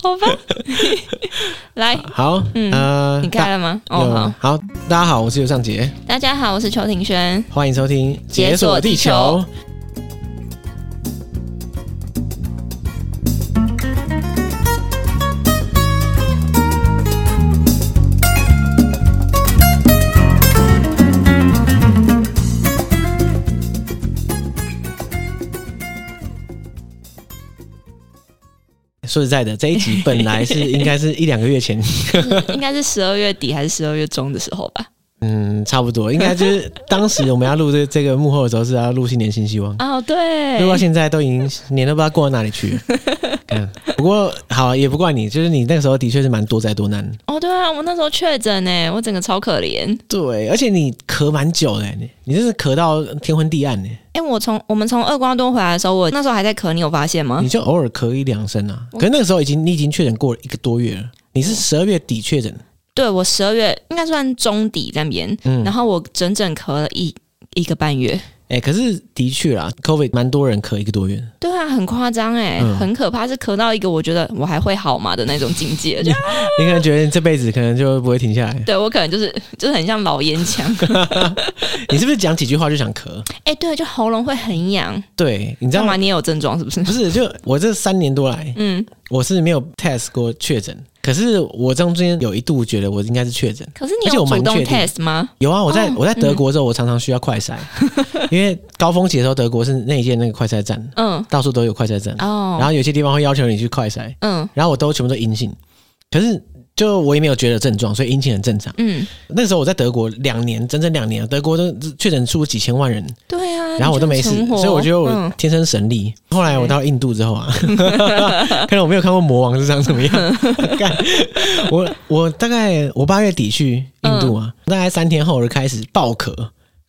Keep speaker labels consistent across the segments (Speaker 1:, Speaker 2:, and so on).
Speaker 1: 好 吧，来，
Speaker 2: 好，
Speaker 1: 嗯
Speaker 2: 呃
Speaker 1: 你开了吗？
Speaker 2: 大
Speaker 1: 哦，好，
Speaker 2: 有好，大家好，我是尤尚杰，
Speaker 1: 大家好，我是邱庭 轩。
Speaker 2: 欢迎收听《
Speaker 1: 解锁地球》。
Speaker 2: 说实在的，这一集本来是应该是一两个月前，
Speaker 1: 应该是十二月底还是十二月中的时候吧？
Speaker 2: 嗯，差不多，应该就是当时我们要录这这个幕后的时候是要录新年新希望，
Speaker 1: 哦， 对
Speaker 2: 录，到现在都已经年都不知道过到哪里去了。 嗯，不过好啊也不怪你，就是你那个时候的确是蛮多灾多难。
Speaker 1: 哦，对啊，我那时候确诊呢，我整个超可怜。
Speaker 2: 对，而且你咳蛮久的，你你这是咳到天昏地暗呢，
Speaker 1: 哎、我从我们从厄瓜多回来的时候，我那时候还在咳，你有发现吗
Speaker 2: 你？就偶尔咳一两声啊。可是那个时候已经你已经确诊过了一个多月了，你是十二月底确诊，
Speaker 1: 对，我十二月应该算中底那边，
Speaker 2: 嗯
Speaker 1: 然，后我整整咳了一一个半月。
Speaker 2: 哎、可是的确啦，COVID 蛮多人咳一个多月的，
Speaker 1: 对啊，很夸张哎，
Speaker 2: 嗯
Speaker 1: 很可怕，是咳到一个我觉得我还会好吗的那种境界。 就
Speaker 2: 你可能觉得你这辈子可能就不会停下来。
Speaker 1: 对我可能就是就是很像老烟枪，
Speaker 2: 你是不是讲几句话就想咳？
Speaker 1: 哎、对，就喉咙会很痒，
Speaker 2: 对，你
Speaker 1: 你
Speaker 2: 知
Speaker 1: 知
Speaker 2: 道
Speaker 1: 道吗？
Speaker 2: 吗？
Speaker 1: 你也有症状是不 是
Speaker 2: 不？是，就我这三年多来，
Speaker 1: 嗯，
Speaker 2: 我是没有 test 过确诊，可是我中间有一度觉得我应该是确诊。
Speaker 1: 可是你
Speaker 2: 而且
Speaker 1: 有
Speaker 2: 我蛮
Speaker 1: 主动
Speaker 2: 确定
Speaker 1: test 吗？
Speaker 2: 有啊，我在、
Speaker 1: 哦
Speaker 2: 我在德国的时候，我常常需要快 筛，因为高峰期的时候，德国是内建那个快筛站，
Speaker 1: 嗯，
Speaker 2: 到处都有快筛站，然
Speaker 1: 哦，
Speaker 2: 后有些地方会要求你去快筛，
Speaker 1: 嗯
Speaker 2: 然后我都全部都阴性，可是就我也没有觉得症状，所以阴性很正常。
Speaker 1: 嗯，
Speaker 2: 那时候我在德国两年，整整两年，德国都确诊数几千万人，
Speaker 1: 对啊，
Speaker 2: 然后我都没事
Speaker 1: 你就存，活
Speaker 2: 所以我觉得我
Speaker 1: 嗯
Speaker 2: 天生神力。后来我到印度 之后啊，可能我没有看过魔王是长什么样。干我我大概我八月底去印度啊，
Speaker 1: 嗯
Speaker 2: 大概三天后我就开始爆咳，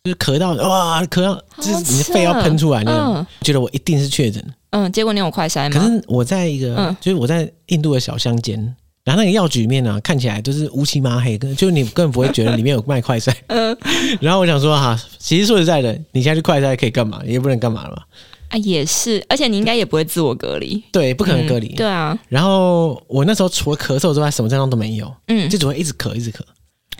Speaker 2: 就是咳到哇，咳到就是你的肺要喷出来那种，
Speaker 1: 嗯
Speaker 2: 觉得我一定是确诊。
Speaker 1: 嗯，结果你有快筛
Speaker 2: 可
Speaker 1: 吗？
Speaker 2: 是我在一个、
Speaker 1: 嗯
Speaker 2: 就是我在印度的小乡间，然后那个药局里面呢、啊，看起来就是乌漆麻黑，跟就是你根本不会觉得里面有卖快筛。
Speaker 1: 嗯
Speaker 2: 然后我想说哈、其实说实在的，你现在去快筛可以干嘛？你也不能干嘛了嘛。
Speaker 1: 啊，也是，而且你应该也不会自我隔离，
Speaker 2: 对，不可能隔离。
Speaker 1: 嗯对啊，
Speaker 2: 然后我那时候除了咳嗽之外，什么症状都没有，
Speaker 1: 嗯，
Speaker 2: 就只会一直咳，一直咳。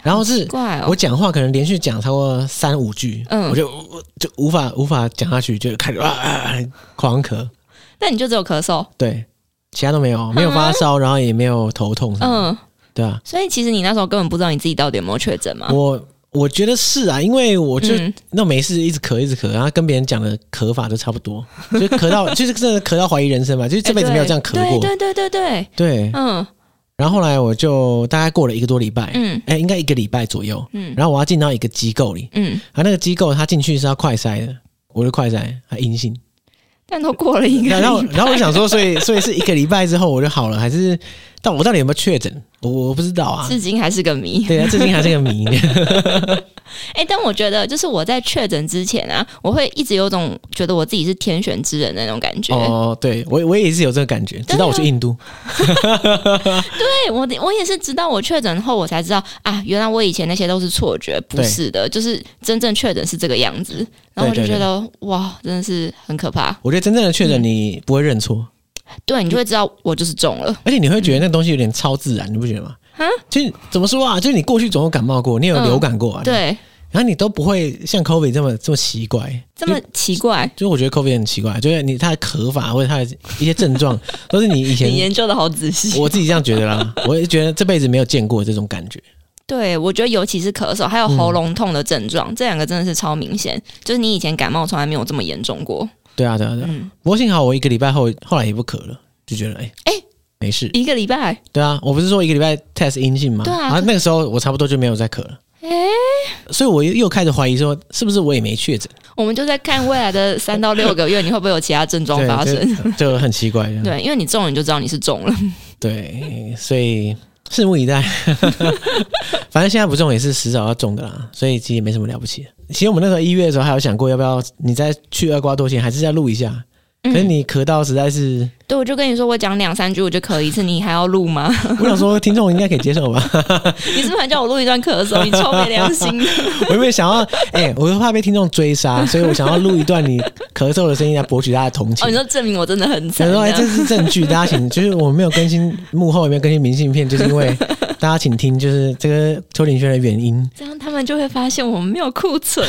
Speaker 2: 然后是
Speaker 1: 怪哦
Speaker 2: 我，讲话可能连续讲超过三五句，
Speaker 1: 嗯
Speaker 2: 我就我就无法无法讲下去，就开始啊啊啊狂咳。
Speaker 1: 但你就只有咳嗽，
Speaker 2: 对，其他都没有，没有发烧，然后也没有头痛什么的，
Speaker 1: 嗯，
Speaker 2: 对啊，
Speaker 1: 所以其实你那时候根本不知道你自己到底有没有确诊嘛，
Speaker 2: 我。我觉得是啊，因为我就、
Speaker 1: 啊嗯
Speaker 2: 那没事，一直咳，一直咳，然后跟别人讲的咳法都差不多，就 咳到就是真的咳到怀疑人生嘛，就是这辈子没有这样咳过。
Speaker 1: 哎对对对对对，
Speaker 2: 对，
Speaker 1: 嗯
Speaker 2: 然后后来我就大概过了一个多礼拜，
Speaker 1: 嗯
Speaker 2: 哎、应该一个礼拜左右。
Speaker 1: 嗯
Speaker 2: 然后我要进到一个机构里，
Speaker 1: 嗯，
Speaker 2: 啊，那个机构他进去是要快筛的，我就快筛，还 阴性。
Speaker 1: 但都过了一个，
Speaker 2: 然后，然后我想说，所以，所以是一个礼拜之后我就好了，还是？但我到底有没有确诊？我我不知道 啊。
Speaker 1: 至今还是个谜。
Speaker 2: 对啊，至今还是 个谜。
Speaker 1: 哎、但我觉得就是我在确诊之前啊，我会一直有种觉得我自己是天选之人的那种感觉。
Speaker 2: 哦，对我我也是有这个感觉，直到我去印度。
Speaker 1: 对我的，我也是直到我确诊后，我才知道啊，原来我以前那些都是错觉，不
Speaker 2: 对
Speaker 1: 是的，就是真正确诊是这个样子。然后我就
Speaker 2: 对对
Speaker 1: 觉得哇，真的是很可怕。
Speaker 2: 我觉得真正的确诊
Speaker 1: 嗯
Speaker 2: 你不会认错，
Speaker 1: 对你就会知道我就是中了。
Speaker 2: 而且你会觉得那东西有点超自然，你不觉得吗？
Speaker 1: 啊，
Speaker 2: 就是怎么说啊？就是你过去总有感冒过，你有流感过啊，，
Speaker 1: 嗯对，
Speaker 2: 然后你都不会像 COVID 这么这么奇怪，
Speaker 1: 这么奇怪，
Speaker 2: 就是我觉得 COVID 很奇怪，就是你他的咳法或者他的一些 症状，都是你以
Speaker 1: 你
Speaker 2: 前
Speaker 1: 研究的好仔细。
Speaker 2: 我自己这样觉得啦，我也觉得这辈子没有见过这种感觉。
Speaker 1: 对，我觉得尤其是咳嗽，还
Speaker 2: 嗯
Speaker 1: 有喉咙痛的症状，这两个真的是超明显。就是你以前感冒从来没有这么严重过。
Speaker 2: 对啊，对啊，对啊。
Speaker 1: 嗯，
Speaker 2: 不过幸好我一个礼拜后后来也不咳了，就觉得哎
Speaker 1: 哎
Speaker 2: 哎、没事。
Speaker 1: 一个礼拜，
Speaker 2: 对啊，我不是说一个礼拜 test 阴性吗？
Speaker 1: 对啊
Speaker 2: 然后那个时候我差不多就没有再咳了，
Speaker 1: 哎、
Speaker 2: 所以我又开始怀疑说是不是我也没确诊，
Speaker 1: 我们就在看未来的三到六个月，你会不会有其他症状
Speaker 2: 对，
Speaker 1: 发生？
Speaker 2: 就就很奇怪这样。
Speaker 1: 对，因为你中了，你就知道你是中 了。
Speaker 2: 对，所以拭目以待。 反正现在不中也是迟早要中的啦，所以其实也没什么了不起的。其实我们那时候一月的时候还有想过，要不要你在去厄瓜多前还是再录一下？可
Speaker 1: 嗯
Speaker 2: 是你咳到实在是，
Speaker 1: 对，我就跟你说，我讲两三句我就咳一次，你还要录 吗？
Speaker 2: 我想说听众应该可以接受吧。
Speaker 1: 你是不是还叫我录一段咳嗽？你超没良心的！
Speaker 2: 我有没有想要？哎、我又怕被听众追杀，所以我想要录一段你咳嗽的声音来博取大家的同情
Speaker 1: 哦，你。说证明我真的很
Speaker 2: 他
Speaker 1: 惨。
Speaker 2: 说：“哎，
Speaker 1: 这
Speaker 2: 这
Speaker 1: 样
Speaker 2: 是证据，大家 请，就是我没有更新幕后，也没有更新明信片，就是因为 大家请听，就是这个邱林轩的原因。
Speaker 1: 这样他们就会发现我们没有库存，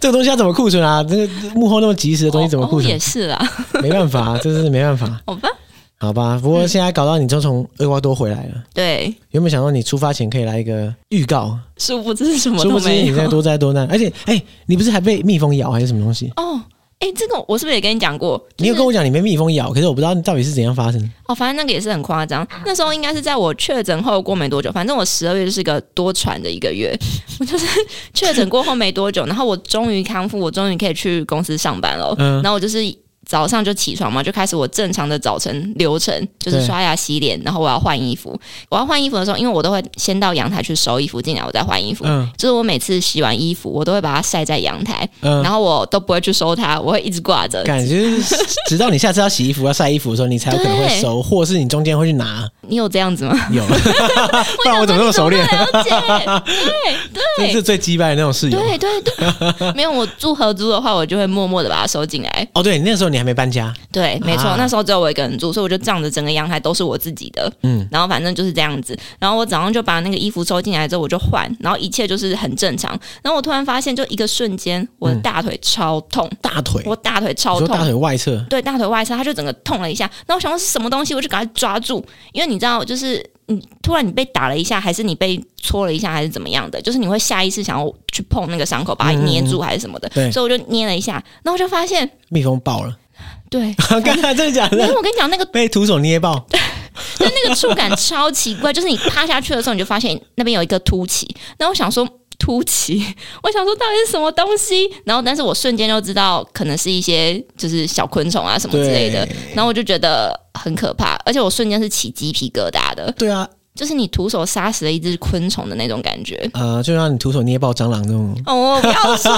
Speaker 2: 这个东西要怎么库存啊？这个幕后那么及时的东西怎么库
Speaker 1: 哦哦也
Speaker 2: 存？
Speaker 1: 是啦，
Speaker 2: 没办法，啊这是没办法，
Speaker 1: 好吧？
Speaker 2: 好吧。不过现在搞到你就从厄瓜多回来了，
Speaker 1: 对，
Speaker 2: 原本想说你出发前可以来一个预告，
Speaker 1: 殊不知什么
Speaker 2: 殊
Speaker 1: 都
Speaker 2: 不知
Speaker 1: 没
Speaker 2: 你在
Speaker 1: 有。
Speaker 2: 多灾多难，而且哎、你不是还被蜜蜂咬还是什么东西？
Speaker 1: 哦，哎，这个我是不是也跟你讲过？
Speaker 2: 你有跟我讲你被蜜蜂咬，可是我不知道到底是怎样发生。
Speaker 1: 哦，反正那个也是很夸张。那时候应该是在我确诊后过没多久，反正我十二月就是个多舛的一个月。我就是 确诊过后没多久，然后我终于康复，我终于可以去公司上班了。
Speaker 2: 嗯
Speaker 1: 然后我就是早上就起床嘛，就开始我正常的早晨流程，就是
Speaker 2: 对
Speaker 1: 刷牙、洗脸，然后我要换衣服。我要换衣服的时候，因为我都会先到阳台去收衣服进来，我再换衣服。
Speaker 2: 嗯
Speaker 1: 就是我每次洗完衣服，我都会把它晒在阳台，
Speaker 2: 嗯
Speaker 1: 然，后我都不会去收它，我会一直挂着。
Speaker 2: 感 觉是直到你下次要洗衣服、要晒衣服的时候，你才有可能会
Speaker 1: 对
Speaker 2: 收，或是你中间会去拿。
Speaker 1: 你有这样子吗？
Speaker 2: 有， 不然我怎么那么熟练？
Speaker 1: 了解，对
Speaker 2: 真
Speaker 1: 对
Speaker 2: 是最击败的那种室友。
Speaker 1: 对对对，没有我住合租的话，我就会默默的把它收进来。
Speaker 2: 哦，对，那时候你还没搬家，
Speaker 1: 对，没错，
Speaker 2: 啊
Speaker 1: 那时候只有我一个人住，所以我就仗着整个阳台都是我自己的。
Speaker 2: 嗯
Speaker 1: 嗯，然后反正就是这样子。然后我早上就把那个衣服收进来之后，我就换，然后一切就是很正常。然后我突然发现，就一个瞬间，我的大腿超痛，
Speaker 2: 嗯大腿，
Speaker 1: 我
Speaker 2: 你
Speaker 1: 大腿超
Speaker 2: 说
Speaker 1: 痛
Speaker 2: 大。腿外侧，
Speaker 1: 对大腿外侧，它就整个痛了一下。那我想到是什么东西，我就赶快抓住，因为你知道，就是你突然你被打了一下，还是你被戳了一下，还是怎么样的，就是你会下意识想要去碰那个伤口，把它捏住还是什么的。
Speaker 2: 对
Speaker 1: 所以我就捏了一下，然后我就发现，
Speaker 2: 蜜蜂爆了，
Speaker 1: 对，
Speaker 2: 刚才真的假
Speaker 1: 因为
Speaker 2: 的？
Speaker 1: 我跟你讲，那个
Speaker 2: 被徒手捏爆，
Speaker 1: 但那个触感超奇怪，就是你趴下去的时候，你就发现那边有一个凸起。然后我想说凸起，我想说到底是什么东西？然后但是我瞬间就知道，可能是一些就是小昆虫啊什么之类的
Speaker 2: 对。
Speaker 1: 然后我就觉得很可怕，而且我瞬间是起鸡皮疙瘩的，
Speaker 2: 对啊，
Speaker 1: 就是你徒手杀死了一只昆虫的那种感觉。
Speaker 2: 呃，就让你徒手捏爆蟑螂那种。
Speaker 1: 哦，不要说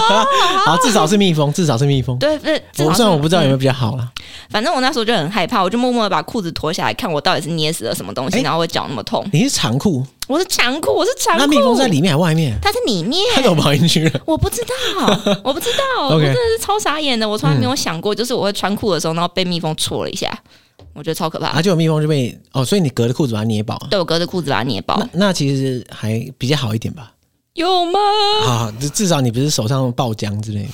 Speaker 2: 好，至少是蜜蜂，至少是蜜蜂。
Speaker 1: 对，不是，哦嗯至
Speaker 2: 我
Speaker 1: 少
Speaker 2: 虽
Speaker 1: 是
Speaker 2: 然我不知道有没有比较好啦，
Speaker 1: 反正我那时候就很害怕，我就默默的把裤子脱下来，看我到底是捏死了什么东西，
Speaker 2: 哎
Speaker 1: 然后我脚那么痛。
Speaker 2: 你是长裤，
Speaker 1: 我是长裤，我是长裤。
Speaker 2: 那蜜蜂在，里面还外面？
Speaker 1: 它在里面。
Speaker 2: 它怎么跑进去了？
Speaker 1: 我不知道， 我不知道
Speaker 2: OK 嗯
Speaker 1: 我真的是超傻眼的，我从来没有想过，就是我会穿裤的时候，然后被蜜蜂戳了一下，我觉得超可怕。
Speaker 2: 啊，就有蜜蜂就被哦，所以你隔着裤子把它捏爆啊。
Speaker 1: 对我隔着裤子把它捏爆
Speaker 2: 那，那其实还比较好一点吧，
Speaker 1: 有吗？
Speaker 2: 啊，至至少你不是手上爆浆之类的，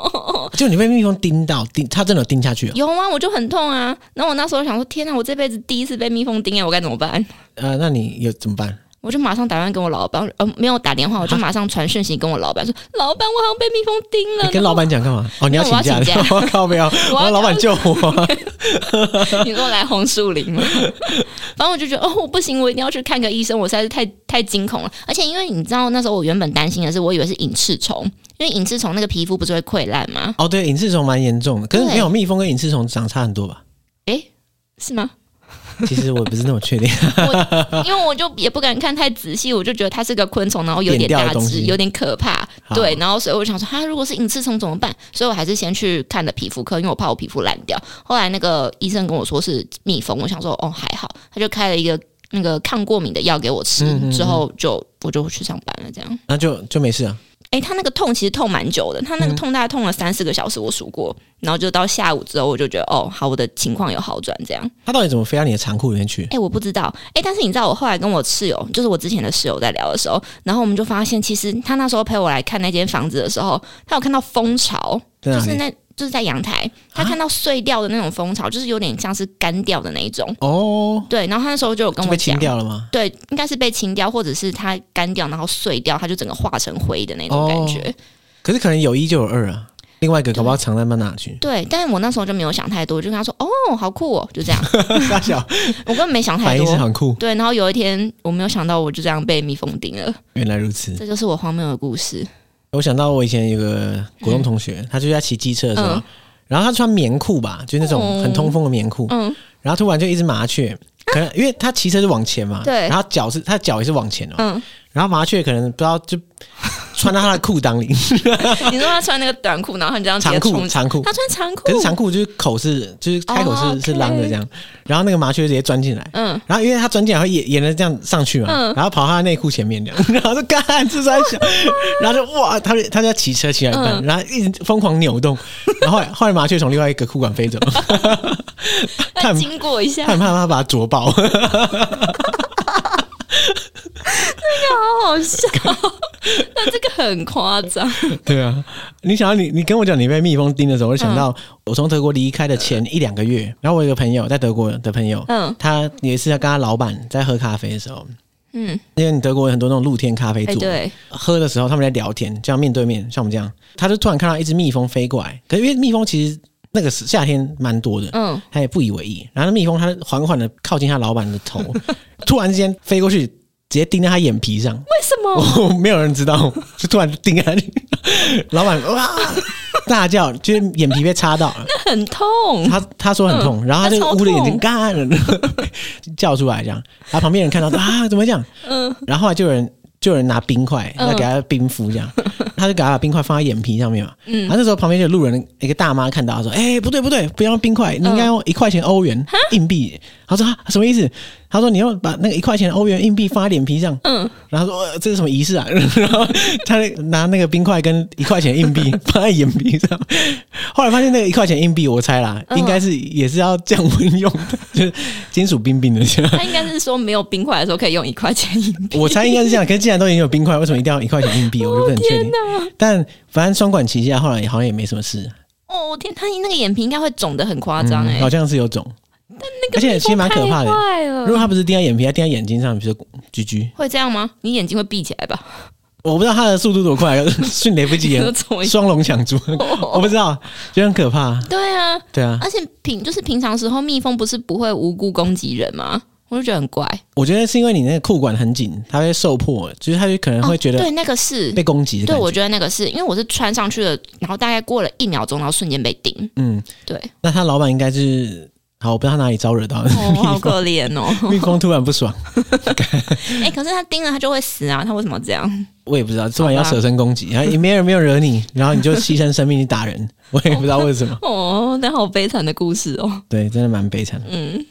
Speaker 2: 就你被蜜蜂叮到，叮它真的有叮下去了，哦
Speaker 1: 有啊，我就很痛啊。然后我那时候想说，天哪，我这辈子第一次被蜜蜂叮哎，我该怎么办？
Speaker 2: 呃，那你有怎么办？
Speaker 1: 我就马上打电话跟我老板，呃，没有打电话，我就
Speaker 2: 啊
Speaker 1: 马上传讯息跟我老板说，老板，我好像被蜜蜂叮了。
Speaker 2: 你跟老板讲干嘛？哦，你要
Speaker 1: 那我
Speaker 2: 请
Speaker 1: 要
Speaker 2: 假
Speaker 1: 请
Speaker 2: 的，
Speaker 1: 假
Speaker 2: 我 靠，不要，我
Speaker 1: 要
Speaker 2: 要老板救 我，
Speaker 1: 然后 你说来红树林吗？反正我就觉得哦，我不行，我一定要去看个医生，我实在是太太惊恐了。而且因为你知道，那时候我原本担心的是，我以为是隐翅虫，因为隐翅虫那个皮肤不是会溃烂吗？
Speaker 2: 哦，对，隐翅虫蛮严重的，可是
Speaker 1: 对
Speaker 2: 没有蜜蜂跟隐翅虫长差很多吧？
Speaker 1: 诶，是吗？
Speaker 2: 其实我也不是那么确定，
Speaker 1: 因为我就也不敢看太仔细，我就觉得它是个昆虫，然后有
Speaker 2: 扁
Speaker 1: 点
Speaker 2: 掉的
Speaker 1: 大
Speaker 2: 东
Speaker 1: 只，
Speaker 2: 西
Speaker 1: 有点可怕。
Speaker 2: 好
Speaker 1: 对，然后所以我就想说，它如果是隐翅虫怎么办？所以我还是先去看的皮肤科，因为我怕我皮肤烂掉。后来那个医生跟我说是蜜蜂，我想说哦还好，他就开了一个那个抗过敏的药给我吃，
Speaker 2: 嗯嗯嗯
Speaker 1: 之后就我就去上班了。这样，
Speaker 2: 那就就没事啊。
Speaker 1: 诶，他那个痛其实痛蛮久的，他那
Speaker 2: 嗯
Speaker 1: 个痛大概痛了三四个小时，我数过，然后就到下午之后，我就觉得哦好，我的情况有好转这样。
Speaker 2: 它到底怎么飞到你的长裤里面去？
Speaker 1: 哎、我不知道。哎、但是你知道，我后来跟我室友，就是我之前的室友在聊的时候，然后我们就发现，其实他那时候陪我来看那间房子的时候，他有看到蜂巢，
Speaker 2: 在
Speaker 1: 就
Speaker 2: 哪
Speaker 1: 是
Speaker 2: 里？
Speaker 1: 那就是在阳台，
Speaker 2: 啊
Speaker 1: 他看到碎掉的那种蜂巢，就是有点像是干掉的那一种。
Speaker 2: 哦，
Speaker 1: 对，然后他那时候就有跟
Speaker 2: 就
Speaker 1: 我
Speaker 2: 被清
Speaker 1: 讲，
Speaker 2: 掉了吗？
Speaker 1: 对，应该是被清掉，或者是它干掉，然后碎掉，它就整个化成灰的那种感觉。？
Speaker 2: 哦可是可能有一就有二啊，另外一个搞不好藏在哪去
Speaker 1: 对，但是我那时候就没有想太多，我就跟他说：“哦，好酷哦！”就这样，
Speaker 2: 傻小，
Speaker 1: 我根本没想太
Speaker 2: 反应是
Speaker 1: 多。
Speaker 2: 很酷，
Speaker 1: 对，然后有一天，我没有想到，我就这样被蜜蜂叮了。
Speaker 2: 原来如此。
Speaker 1: 这就是我荒谬的故事。
Speaker 2: 我想到我以前有个国中同学，他就在骑机车的时候，
Speaker 1: 嗯
Speaker 2: 然后他穿棉裤吧，就那种
Speaker 1: 哦
Speaker 2: 很通风的棉裤，
Speaker 1: 嗯，
Speaker 2: 然后突然就一只麻雀，可能因为他骑车是往前嘛，
Speaker 1: 对
Speaker 2: 然后脚是他脚也是往前哦，
Speaker 1: 嗯，
Speaker 2: 然后麻雀可能不知道就。穿到他的裤 裆里，
Speaker 1: 你说他穿那个短裤，然后你这样直接
Speaker 2: 长裤
Speaker 1: 冲，
Speaker 2: 长裤。
Speaker 1: 他穿长裤，
Speaker 2: 可是长裤就是口是就是开口是、
Speaker 1: 哦
Speaker 2: 是
Speaker 1: OK
Speaker 2: 啷的这样，然后那个麻雀就直接钻进来，
Speaker 1: 嗯，
Speaker 2: 然后因为他转进来会沿沿着这样上去嘛，
Speaker 1: 嗯
Speaker 2: 然后跑到他内裤前面这样， 然后就干这三 小，然后就哇，他就他就要骑车骑到一半，
Speaker 1: 嗯
Speaker 2: 然后一直疯狂扭动，然后后来 后来麻雀从另外一个裤管 飞走，
Speaker 1: 要经过一下
Speaker 2: 他，很怕他把它啄爆，
Speaker 1: 好好笑。 那这个很夸张，
Speaker 2: 对啊，你想要你你跟我讲你被蜜蜂叮的时候，我就想
Speaker 1: 嗯
Speaker 2: 到我从德国离开的前一两个月，然后我有一个朋友在德国的朋友，
Speaker 1: 嗯
Speaker 2: 他有一次跟他老板在喝咖啡的时候，
Speaker 1: 嗯，
Speaker 2: 因为你德国有很多那种露天咖啡
Speaker 1: 哎、
Speaker 2: 座，
Speaker 1: 对，
Speaker 2: 喝的时候他们在聊天，这样面对面，像我们这样，他就突然看到一只蜜蜂飞过来，可是因为蜜蜂其实那个是夏天蛮多的，
Speaker 1: 嗯，
Speaker 2: 他也不以为意，然后那蜜蜂它缓缓的靠近他老板的头，突然之间飞过去，直接叮在他眼皮上，
Speaker 1: 为什么？
Speaker 2: 我没有人知道，就突然叮下去，老板哇大叫，就是眼皮被插到了。
Speaker 1: 很痛，嗯
Speaker 2: 他他说很痛，然后他就
Speaker 1: 他超
Speaker 2: 捂着眼睛
Speaker 1: 痛
Speaker 2: 干， 叫出来这样。然后旁边人 看到啊，怎么会这样？
Speaker 1: 嗯，
Speaker 2: 然后后来就有人就有人拿冰块要给他冰敷这 样，他就给他把冰块放在眼皮上面嘛。嗯，然后那时候旁边就有路人一个大妈看到，她说：“哎、不对不对，不要用
Speaker 1: 嗯
Speaker 2: 冰块，你应该用一块钱欧元硬币。”她说、啊：“什么意思？”她说：“你要把那个一块钱欧元硬币放在脸皮上。”
Speaker 1: 嗯，
Speaker 2: 然后说、呃这是什么仪式啊？ 然后他拿那个冰块跟一块钱硬 币放在眼皮上，后来发现那个一块钱硬币，我猜啦，
Speaker 1: 嗯
Speaker 2: 应该是也是要降温用 的，就是金属冰冰的这样。
Speaker 1: 他应该是说没有冰块的时候可以用一块钱硬币。
Speaker 2: 我猜应该是这样，可是既然都已经有冰块，为什么一定要一块钱硬币？
Speaker 1: 哦
Speaker 2: 我就不是很确定。但反正双管齐下，后来好像也没什么事，
Speaker 1: 哦天，他那个眼皮应该会肿的很夸张哎
Speaker 2: 嗯好，像是有肿。
Speaker 1: 那个
Speaker 2: 而且其实蛮可怕的
Speaker 1: 蜜蜂太坏
Speaker 2: 如果
Speaker 1: 了。
Speaker 2: 他不是盯在眼皮，他盯在眼睛上，比如说居居，
Speaker 1: 会这样吗？你眼睛会闭起来吧？
Speaker 2: 我不知道他的速度多快，迅雷不及
Speaker 1: 有
Speaker 2: 掩
Speaker 1: 种
Speaker 2: 耳，双龙抢珠， 我不知道，就很可怕。
Speaker 1: 对啊，
Speaker 2: 对啊，
Speaker 1: 而且平就是平常时候，蜜蜂不是不会无辜攻击人吗？我就觉得很怪，
Speaker 2: 我觉得是因为你那个裤管很紧，它会受破，就是它就可能会觉
Speaker 1: 哦、
Speaker 2: 得
Speaker 1: 对那个是
Speaker 2: 被攻击的
Speaker 1: 对，
Speaker 2: 感觉。
Speaker 1: 我觉得那个是因为我是穿上去了，然后大概过了一秒钟，然后瞬间被叮。
Speaker 2: 嗯，
Speaker 1: 对，
Speaker 2: 那他老板应该是好，我不知道他哪里招惹 到了
Speaker 1: 哦，好可怜 哦。
Speaker 2: 蜜蜂突然不爽，
Speaker 1: 哎、可是它叮了，它就会死啊，它为什么要这样？
Speaker 2: 我也不知道，突然要
Speaker 1: 好吧
Speaker 2: 舍身攻击，然后也没人没有惹你，然后你就牺牲生命去打 人，我也不知道为什么。
Speaker 1: 哦，那好悲惨的故事哦。
Speaker 2: 对，真的蛮悲惨的。
Speaker 1: 嗯，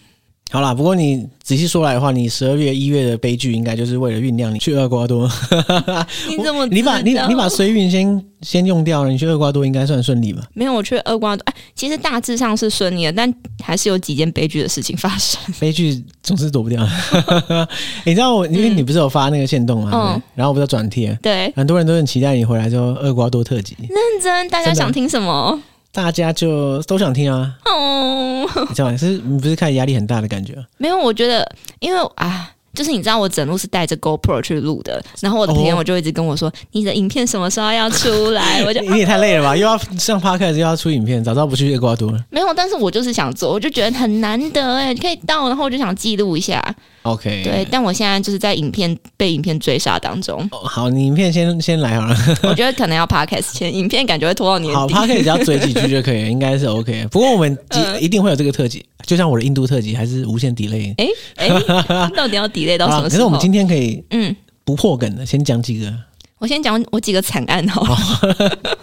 Speaker 2: 好啦，不过你仔细说来的话，你十二月、一月的悲剧，应该就是为了酝酿你去厄瓜多。
Speaker 1: 你怎么
Speaker 2: 你把你
Speaker 1: 知道
Speaker 2: 你把衰运先先用掉了，你去厄瓜多应该算顺利吧？
Speaker 1: 没有我去厄瓜多？哎，其实大致上是顺利的，但还是有几件悲剧的事情发生。
Speaker 2: 悲剧总是躲不掉。 你知道我，因为你不是有发那个线动嘛，对不对
Speaker 1: 嗯
Speaker 2: 然后我不是有转贴，
Speaker 1: 对，
Speaker 2: 很多人都很期待你回来之后厄瓜多特辑，
Speaker 1: 认真，大家
Speaker 2: 真的
Speaker 1: 想听什么？
Speaker 2: 大家就都想听啊，
Speaker 1: 哦，
Speaker 2: 你知道吗？是你不是看压力很大的感觉？
Speaker 1: 没有，我觉得因为啊。就是你知道我整路是带着 GoPro 去录的，然后我的朋友
Speaker 2: 哦
Speaker 1: 就一直跟我说、你的影片什么时候要出来，我就
Speaker 2: 你也太累了吧，又要上 podcast 又要出影片，早知道不去厄瓜多了。
Speaker 1: 没有，但是我就是想做，我就觉得很难得哎、可以到，然后我就想记录一下。
Speaker 2: OK，，
Speaker 1: 对，，但我现在就是在影片被影片追杀当中
Speaker 2: 哦、好，你影片先先来好了，
Speaker 1: 我觉得可能要 podcast 前，影片感觉会拖到年
Speaker 2: 好
Speaker 1: 底。
Speaker 2: ，podcast 只要追几句就可以了，应该是 OK 的。不过我们集、
Speaker 1: 嗯
Speaker 2: 一定会有这个特辑，就像我的印度特辑还是无限 delay。
Speaker 1: 哎哎、到底要 delay 到什
Speaker 2: 好
Speaker 1: 么
Speaker 2: 可
Speaker 1: 时
Speaker 2: 是
Speaker 1: 候？
Speaker 2: 哎我们今天可以
Speaker 1: 嗯，
Speaker 2: 不破梗的，先讲几个。
Speaker 1: 我先讲我几个惨案好了。
Speaker 2: 哦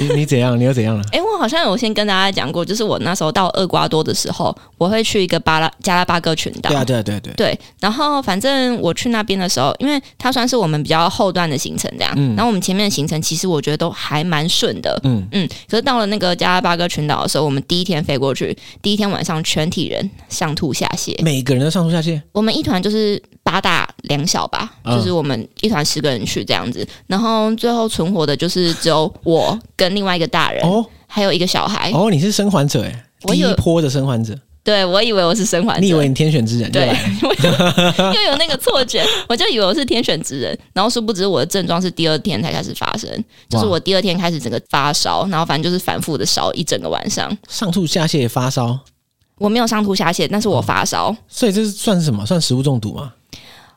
Speaker 2: 你你怎样？你又怎样了？
Speaker 1: 哎、我好像有先跟大家讲过，就是我那时候到厄瓜多的时候，我会去一个巴拉加拉巴哥群岛。
Speaker 2: 对啊，对啊，对啊，对啊。
Speaker 1: 对，然后反正我去那边的时候，因为它算是我们比较后段的行程这样，然后我们前面的行程其实我觉得都还蛮顺的，
Speaker 2: 嗯
Speaker 1: 嗯嗯。可是到了那个加拉巴哥群岛的时候，我们第一天飞过去，第一天晚上全体人上吐下泻，
Speaker 2: 每个人都上吐下泻，
Speaker 1: 我们一团就是八大两小吧，
Speaker 2: 嗯
Speaker 1: 就是我们一团十个人去这样子，然后最后存活的就是只有我跟另外一个大人，
Speaker 2: 哦
Speaker 1: 还有一个小孩。
Speaker 2: 哦，你是生还者哎，
Speaker 1: 哎我
Speaker 2: 第
Speaker 1: 有
Speaker 2: 一波的生还者，
Speaker 1: 对我以为我是生还者，
Speaker 2: 你以为你天选之人
Speaker 1: 对
Speaker 2: 来了，
Speaker 1: 我就又有那个错觉，我就以为我是天选之人，然后殊不知我的症状是第二天才开始发生，就是
Speaker 2: 哇
Speaker 1: 我第二天开始整个发烧，然后反正就是反复的烧一整个晚上。
Speaker 2: 上吐下泻发烧，
Speaker 1: 我没有上吐下泻，但是我发烧。
Speaker 2: 所以这是算是什么？算食物中毒吗？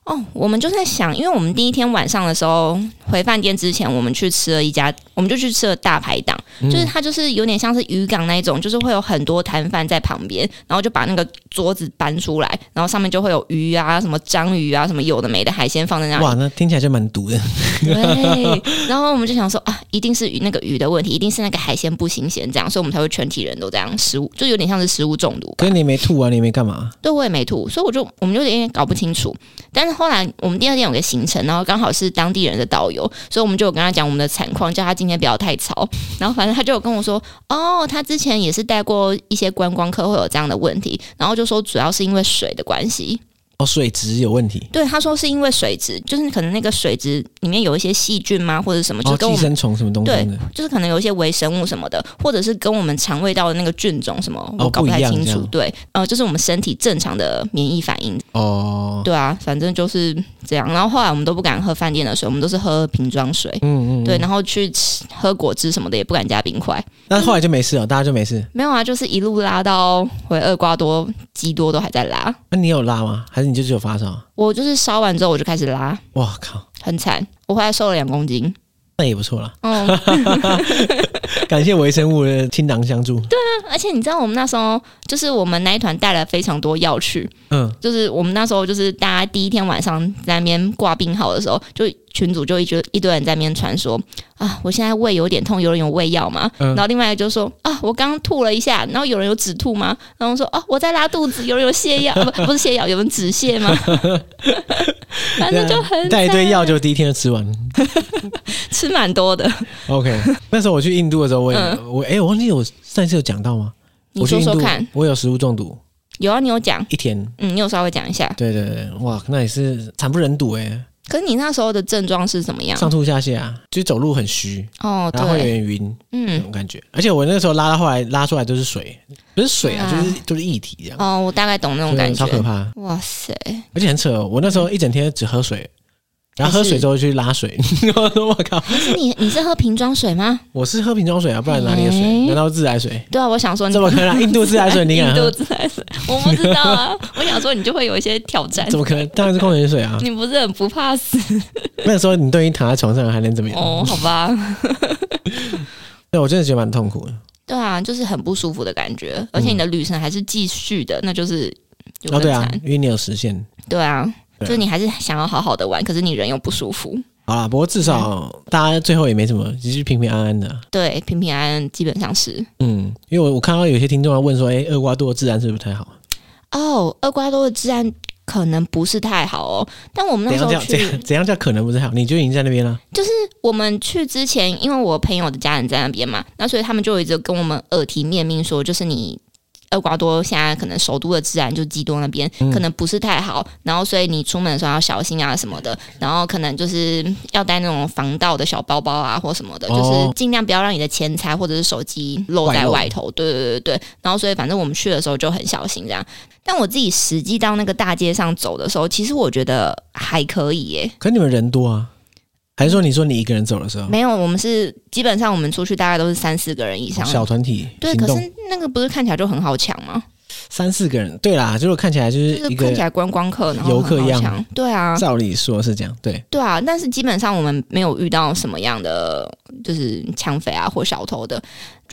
Speaker 1: 哦，我们就在想，因为我们第一天晚上的时候回饭店之前，我们去吃了一家，我们就去吃了大排档。就是它就是有点像是渔港那一种，就是会有很多摊贩在旁边，然后就把那个桌子搬出来，然后上面就会有鱼啊、什么章鱼啊、什么有的没的海鲜放在那里。
Speaker 2: 哇，那听起来就蛮 毒的。
Speaker 1: 对，然后我们就想说啊，一定是鱼那个鱼的问题，一定是那个海鲜不新鲜这样，所以我们才会全体人都这样，食物就有点像是食物中毒吧
Speaker 2: 可。是你没吐啊，你没干嘛？
Speaker 1: 对，我也没吐，所以我就我们就有点搞不清楚。但是后来我们第二天有个行程，然后刚好是当地人的导游，所以我们就有跟他讲我们的惨况，叫他今天不要太吵。然后反正他就有跟我说，哦，他之前也是带过一些观光客会有这样的问题，然后就说主要是因为水的关系。
Speaker 2: 哦，水质有问题，
Speaker 1: 对，他说是因为水质，就是可能那个水质里面有一些细菌吗，或者什么，就
Speaker 2: 哦，
Speaker 1: 跟我
Speaker 2: 寄
Speaker 1: 们
Speaker 2: 生虫什么东西
Speaker 1: 对
Speaker 2: 的，
Speaker 1: 就是可能有一些微生物什么的，或者是跟我们肠胃道的那个菌种什么，
Speaker 2: 哦
Speaker 1: 我搞
Speaker 2: 不一
Speaker 1: 太
Speaker 2: 样
Speaker 1: 清
Speaker 2: 这
Speaker 1: 楚。
Speaker 2: 样
Speaker 1: 对，呃，就是我们身体正常的免疫反应。
Speaker 2: 哦，
Speaker 1: 对啊，反正就是这样。然后后来我们都不敢喝饭店的水，我们都是喝瓶装水。
Speaker 2: 嗯嗯，嗯
Speaker 1: 对，。然后去吃喝果汁什么的也不敢加冰块。
Speaker 2: 那后来就没事了，大家就没事。
Speaker 1: 没有啊，就是一路拉到回厄瓜多、基多都还在拉。
Speaker 2: 那你有拉吗？还是你就只有发烧？
Speaker 1: 我就是烧完之后我就开始拉，
Speaker 2: 哇靠，
Speaker 1: 很惨。我回来瘦了两公斤。
Speaker 2: 那也不错啦。
Speaker 1: 嗯，
Speaker 2: 感谢微生物的倾囊相助。对，
Speaker 1: 而且你知道我们那时候就是我们那一团带了非常多药去，
Speaker 2: 嗯，
Speaker 1: 就是我们那时候就是大家第一天晚上在那边挂病号的时候，就群主就一堆一堆人在那边传说啊，我现在胃有点痛，有人有胃药吗？
Speaker 2: 嗯
Speaker 1: 然后另外一个就说啊，我刚吐了一下，然后有人有止吐吗？然后说哦、我在拉肚子，有人有泻药、 啊不不是泻药，有人止泻吗？ 反正就很
Speaker 2: 啊带一堆
Speaker 1: 惨
Speaker 2: 药就第一天就吃完。
Speaker 1: 吃蛮多的，
Speaker 2: OK，那时候我去印度的时候，我也、
Speaker 1: 嗯
Speaker 2: 我哎、我忘记我上一次有讲到吗？
Speaker 1: 你说说
Speaker 2: 我去
Speaker 1: 看
Speaker 2: 印，度，我有食物中毒
Speaker 1: 有啊，你有讲，
Speaker 2: 一天。
Speaker 1: 嗯，你有稍微讲一下。
Speaker 2: 对对对，哇，那也是惨不忍睹哎、
Speaker 1: 可是你那时候的症状是怎么样？
Speaker 2: 上吐下泻啊，就走路很虚，
Speaker 1: 哦，
Speaker 2: 然后会有
Speaker 1: 对，
Speaker 2: 点晕那
Speaker 1: 嗯，
Speaker 2: 种感觉。而且我那时候拉到后来拉出来都是水，不是水啊，
Speaker 1: 啊
Speaker 2: 就是就是液体这样，
Speaker 1: 哦，我大概懂那种
Speaker 2: 对
Speaker 1: 感
Speaker 2: 超
Speaker 1: 觉嗯
Speaker 2: 可。怕，
Speaker 1: 哇塞，
Speaker 2: 而且很扯、哦。我那时候一整天只喝水，然后
Speaker 1: 还
Speaker 2: 喝
Speaker 1: 是
Speaker 2: 水之后去拉水， 我说我靠，
Speaker 1: 可是你你是喝瓶装水吗？
Speaker 2: 我是喝瓶装水啊，不然哪里的水？
Speaker 1: 哎
Speaker 2: 难道自来水？
Speaker 1: 对啊，我想说你
Speaker 2: 怎么可能啊、印度自来水你敢
Speaker 1: 印度
Speaker 2: 喝？
Speaker 1: 自来水，我不知道啊。我想说你就会有一些挑战
Speaker 2: 怎，么可能？当然是矿泉水啊！
Speaker 1: 你不是很不怕死
Speaker 2: 那时候你都已经躺在床上，还能怎么样？
Speaker 1: 哦？好吧，
Speaker 2: 对我真的觉得蛮痛苦的。
Speaker 1: 对啊，就是很不舒服的感觉，而且你的旅程还是继续的，那就是有
Speaker 2: 嗯哦，
Speaker 1: 更
Speaker 2: 对啊
Speaker 1: 惨，，
Speaker 2: 因为你有实现。
Speaker 1: 对啊，就
Speaker 2: 对啊
Speaker 1: 是你还是想要好好的玩，可是你人又不舒服，
Speaker 2: 好啦，不过至少
Speaker 1: 嗯
Speaker 2: 大家最后也没什么，其实平平安安的。啊
Speaker 1: 对，平平安安基本上是。
Speaker 2: 嗯，因为我我看到有些听众要问说，哎、厄瓜多的治安是不是不太好？
Speaker 1: 哦，厄瓜多的治安可能不是太好哦，但我们
Speaker 2: 怎
Speaker 1: 那时
Speaker 2: 样叫
Speaker 1: 候
Speaker 2: 怎
Speaker 1: 去
Speaker 2: 样怎样叫可能不太好？你就已经在那边了。
Speaker 1: 我们去之前，因为我朋友的家人在那边嘛，那所以他们就一直跟我们耳提面命说，就是你厄瓜多现在可能首都的治安就是基多那边、可能不是太好，然后所以你出门的时候要小心啊什么的，然后可能就是要带那种防盗的小包包啊或什么的，
Speaker 2: 哦
Speaker 1: 就是尽量不要让你的钱财或者是手机露在外头。对对对对，然后所以反正我们去的时候就很小心这样。但我自己实际到那个大街上走的时候，其实我觉得还可以耶、
Speaker 2: 可你们人多啊，还是说你说你一个人走的时候，
Speaker 1: 没有，我们是基本上我们出去大概都是三四个人以上。
Speaker 2: 哦小团体
Speaker 1: 对，
Speaker 2: 行
Speaker 1: 可
Speaker 2: 动
Speaker 1: 是那个不是看起来就很好抢吗？
Speaker 2: 三四个人？对啦，就是看起来就
Speaker 1: 就是是
Speaker 2: 一
Speaker 1: 看起
Speaker 2: 个，
Speaker 1: 来观光客然后
Speaker 2: 游客
Speaker 1: 很好
Speaker 2: 一样
Speaker 1: 抢对啊，
Speaker 2: 照理说是这样，对。
Speaker 1: 对啊。但是基本上我们没有遇到什么样的就是抢匪啊或小偷的。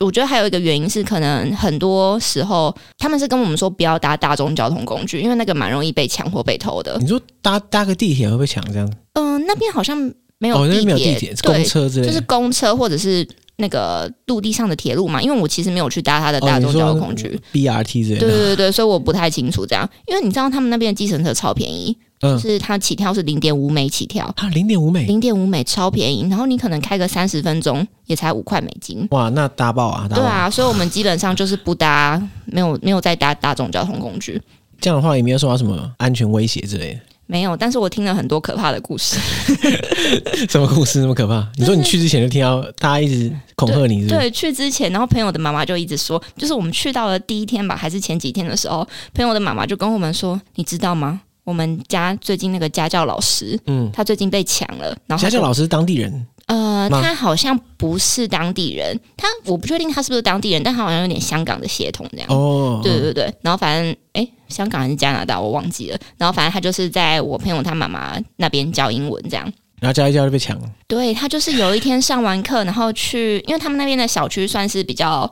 Speaker 1: 我觉得还有一个原因是，可能很多时候他们是跟我们说不要搭大众交通工具，因为那个蛮容易被抢或被偷的。
Speaker 2: 你说搭搭个地铁会不会抢这样？
Speaker 1: 嗯、那边好像没有
Speaker 2: 哦，那
Speaker 1: 地
Speaker 2: 边没
Speaker 1: 铁，
Speaker 2: 有地铁，是公
Speaker 1: 对，
Speaker 2: 车之类
Speaker 1: 就
Speaker 2: 的。
Speaker 1: 是公车或者是那个陆地上的铁路嘛。因为我其实没有去搭它的
Speaker 2: 哦
Speaker 1: 大
Speaker 2: 你
Speaker 1: 众
Speaker 2: 说
Speaker 1: 交通工具。
Speaker 2: BRT 之类
Speaker 1: 对
Speaker 2: 的。
Speaker 1: 对对对，所以我不太清楚这样，因为你知道他们那边的计程车超便宜，
Speaker 2: 嗯
Speaker 1: 就是它起跳是零点五美起跳，
Speaker 2: 啊，零点五美，
Speaker 1: 零点五美超便宜，然后你可能开个三十分钟也才五块美金。
Speaker 2: 哇，那搭爆啊！搭
Speaker 1: 对
Speaker 2: 爆
Speaker 1: 啊，所以我们基本上就是不搭，没有没有再搭大众交通工具，
Speaker 2: 这样的话也没有受到什么安全威胁之类
Speaker 1: 没有。但是我听了很多可怕的故事，
Speaker 2: 的。 什么故事那么可怕？你说你去之前就听到大家一直恐吓你是不是，
Speaker 1: 对，去之前，然后朋友的妈妈就一直说，就是我们去到了第一天吧，还是前几天的时候，朋友的妈妈就跟我们说，你知道吗？我们家最近那个家教老师，
Speaker 2: 嗯
Speaker 1: 嗯，他最近被抢了，然后
Speaker 2: 家
Speaker 1: 他
Speaker 2: 教
Speaker 1: 就
Speaker 2: 老师是当地人，
Speaker 1: 呃，
Speaker 2: 吗
Speaker 1: 他好像不是当地人，他我不确定他是不是当地人，但他好像有点香港的血统这样。
Speaker 2: 哦，
Speaker 1: 对对对，然后反正诶，香港还是加拿大，我忘记了。然后反正他就是在我朋友他妈妈那边教英文这样。
Speaker 2: 然后教一教就被抢了。
Speaker 1: 对他就是有一天上完课，然后去，因为他们那边的小区算是比较。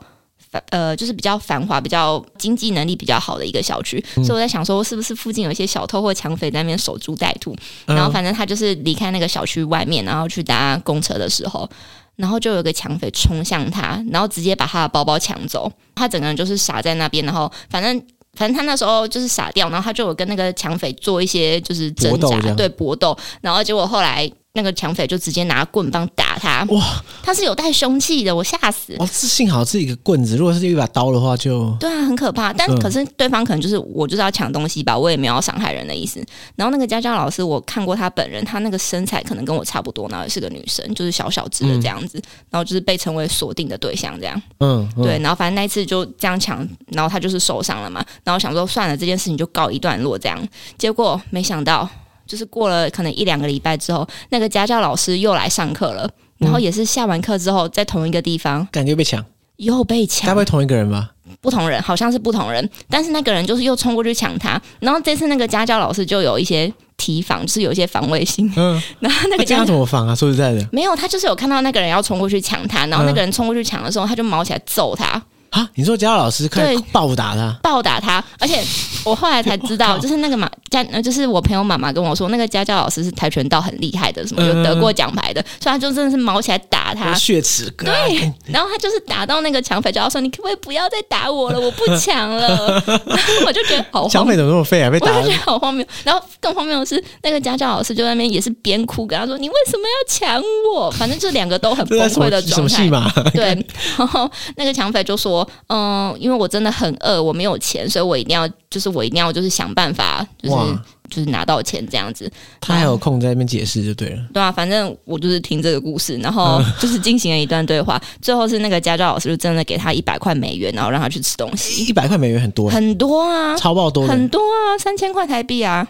Speaker 1: 繁呃，就是比较繁华、比较经济能力比较好的一个小区，所以我在想说，是不是附近有一些小偷或抢匪在那边守株待兔？然后
Speaker 2: 嗯
Speaker 1: 反正他就是离开那个小区外面，然后去搭公车的时候，然后就有个抢匪冲向他，然后直接把他的包包抢走，他整个人就是傻在那边，然后反正。反正他那时候就是傻掉，然后他就有跟那个抢匪做一些就是挣
Speaker 2: 搏
Speaker 1: 扎
Speaker 2: 斗这，样
Speaker 1: 对搏斗，然后结果后来那个抢匪就直接拿棍棒打他，
Speaker 2: 哇，
Speaker 1: 他是有带凶器的，我吓死。
Speaker 2: 哦，这幸好是一个棍子，如果是一把刀的话就，
Speaker 1: 对啊，很可怕。但
Speaker 2: 嗯
Speaker 1: 可是对方可能就是我就是要抢东西吧，我也没有要伤害人的意思。然后那个家教老师，我看过她本人，她那个身材可能跟我差不多，然后也是个女生，就是小小只的这样子，然后就是被成为锁定的对象这样。
Speaker 2: 嗯，嗯
Speaker 1: 对，，然后反正那一次就这样抢，然后她就是受伤了嘛。然后想说算了，这件事情就告一段落这样。结果没想到，就是过了可能一两个礼拜之后，那个家教老师又来上课了。然后
Speaker 2: 嗯
Speaker 1: 也是下完课之后，在同一个地方
Speaker 2: 感觉被抢，
Speaker 1: 又被抢，
Speaker 2: 该不会同一个人吧？
Speaker 1: 不同人，好像是不同人，但是那个人就是又冲过去抢他，然后这次那个家教老师就有一些提防，就是有一些防卫心，
Speaker 2: 嗯，
Speaker 1: 然 后那个
Speaker 2: 那这
Speaker 1: 家
Speaker 2: 样
Speaker 1: 教。
Speaker 2: 怎么防啊？说实在的，
Speaker 1: 没有，他就是有看到那个人要冲过去抢
Speaker 2: 嗯
Speaker 1: 他，然后那个人冲过去抢的时候，他就毛起来揍他，
Speaker 2: 啊，你说教老师开始
Speaker 1: 对
Speaker 2: 暴打他，
Speaker 1: 暴打他。而且我后来才知
Speaker 2: 我
Speaker 1: 道，
Speaker 2: 靠
Speaker 1: 就是那个妈家，呃就是我朋友妈妈跟我说，那个家教老师是跆拳道很厉害的，
Speaker 2: 嗯
Speaker 1: 什么有得过奖牌的，所以他就真的是毛起来打他。
Speaker 2: 血池，啊对，
Speaker 1: 然后他就是打到那个抢匪，就要说：“你可不可以不要再打我了？我不抢 了。”然后我就觉得好
Speaker 2: 抢
Speaker 1: 荒
Speaker 2: 匪怎么那么废啊？被
Speaker 1: 我
Speaker 2: 打
Speaker 1: 就觉得好荒谬。然后更荒谬的是，那个家教老师就在那边也是边哭，跟他说：“你为什么要抢我？”反正就两个都很
Speaker 2: 这
Speaker 1: 崩
Speaker 2: 在什
Speaker 1: 溃的
Speaker 2: 么什
Speaker 1: 状
Speaker 2: 么戏
Speaker 1: 态。
Speaker 2: 码？
Speaker 1: 对，然后那个抢匪就说：“嗯，因为我真的很饿，我没有钱，所以我一定要，就是我一定要，就是想办法，就是
Speaker 2: 哇
Speaker 1: 就是拿到钱这样子，
Speaker 2: 他还有空在那边解释就对了。
Speaker 1: 对啊，反正我就是听这个故事，然后就是进行了一段对话，最后是那个家教老师就真的给他一百块美元，然后让他去吃东西，
Speaker 2: 一百块美元很多欸，
Speaker 1: 很多啊，
Speaker 2: 超爆多
Speaker 1: 很
Speaker 2: 的，欸
Speaker 1: 多啊，三千块台币啊，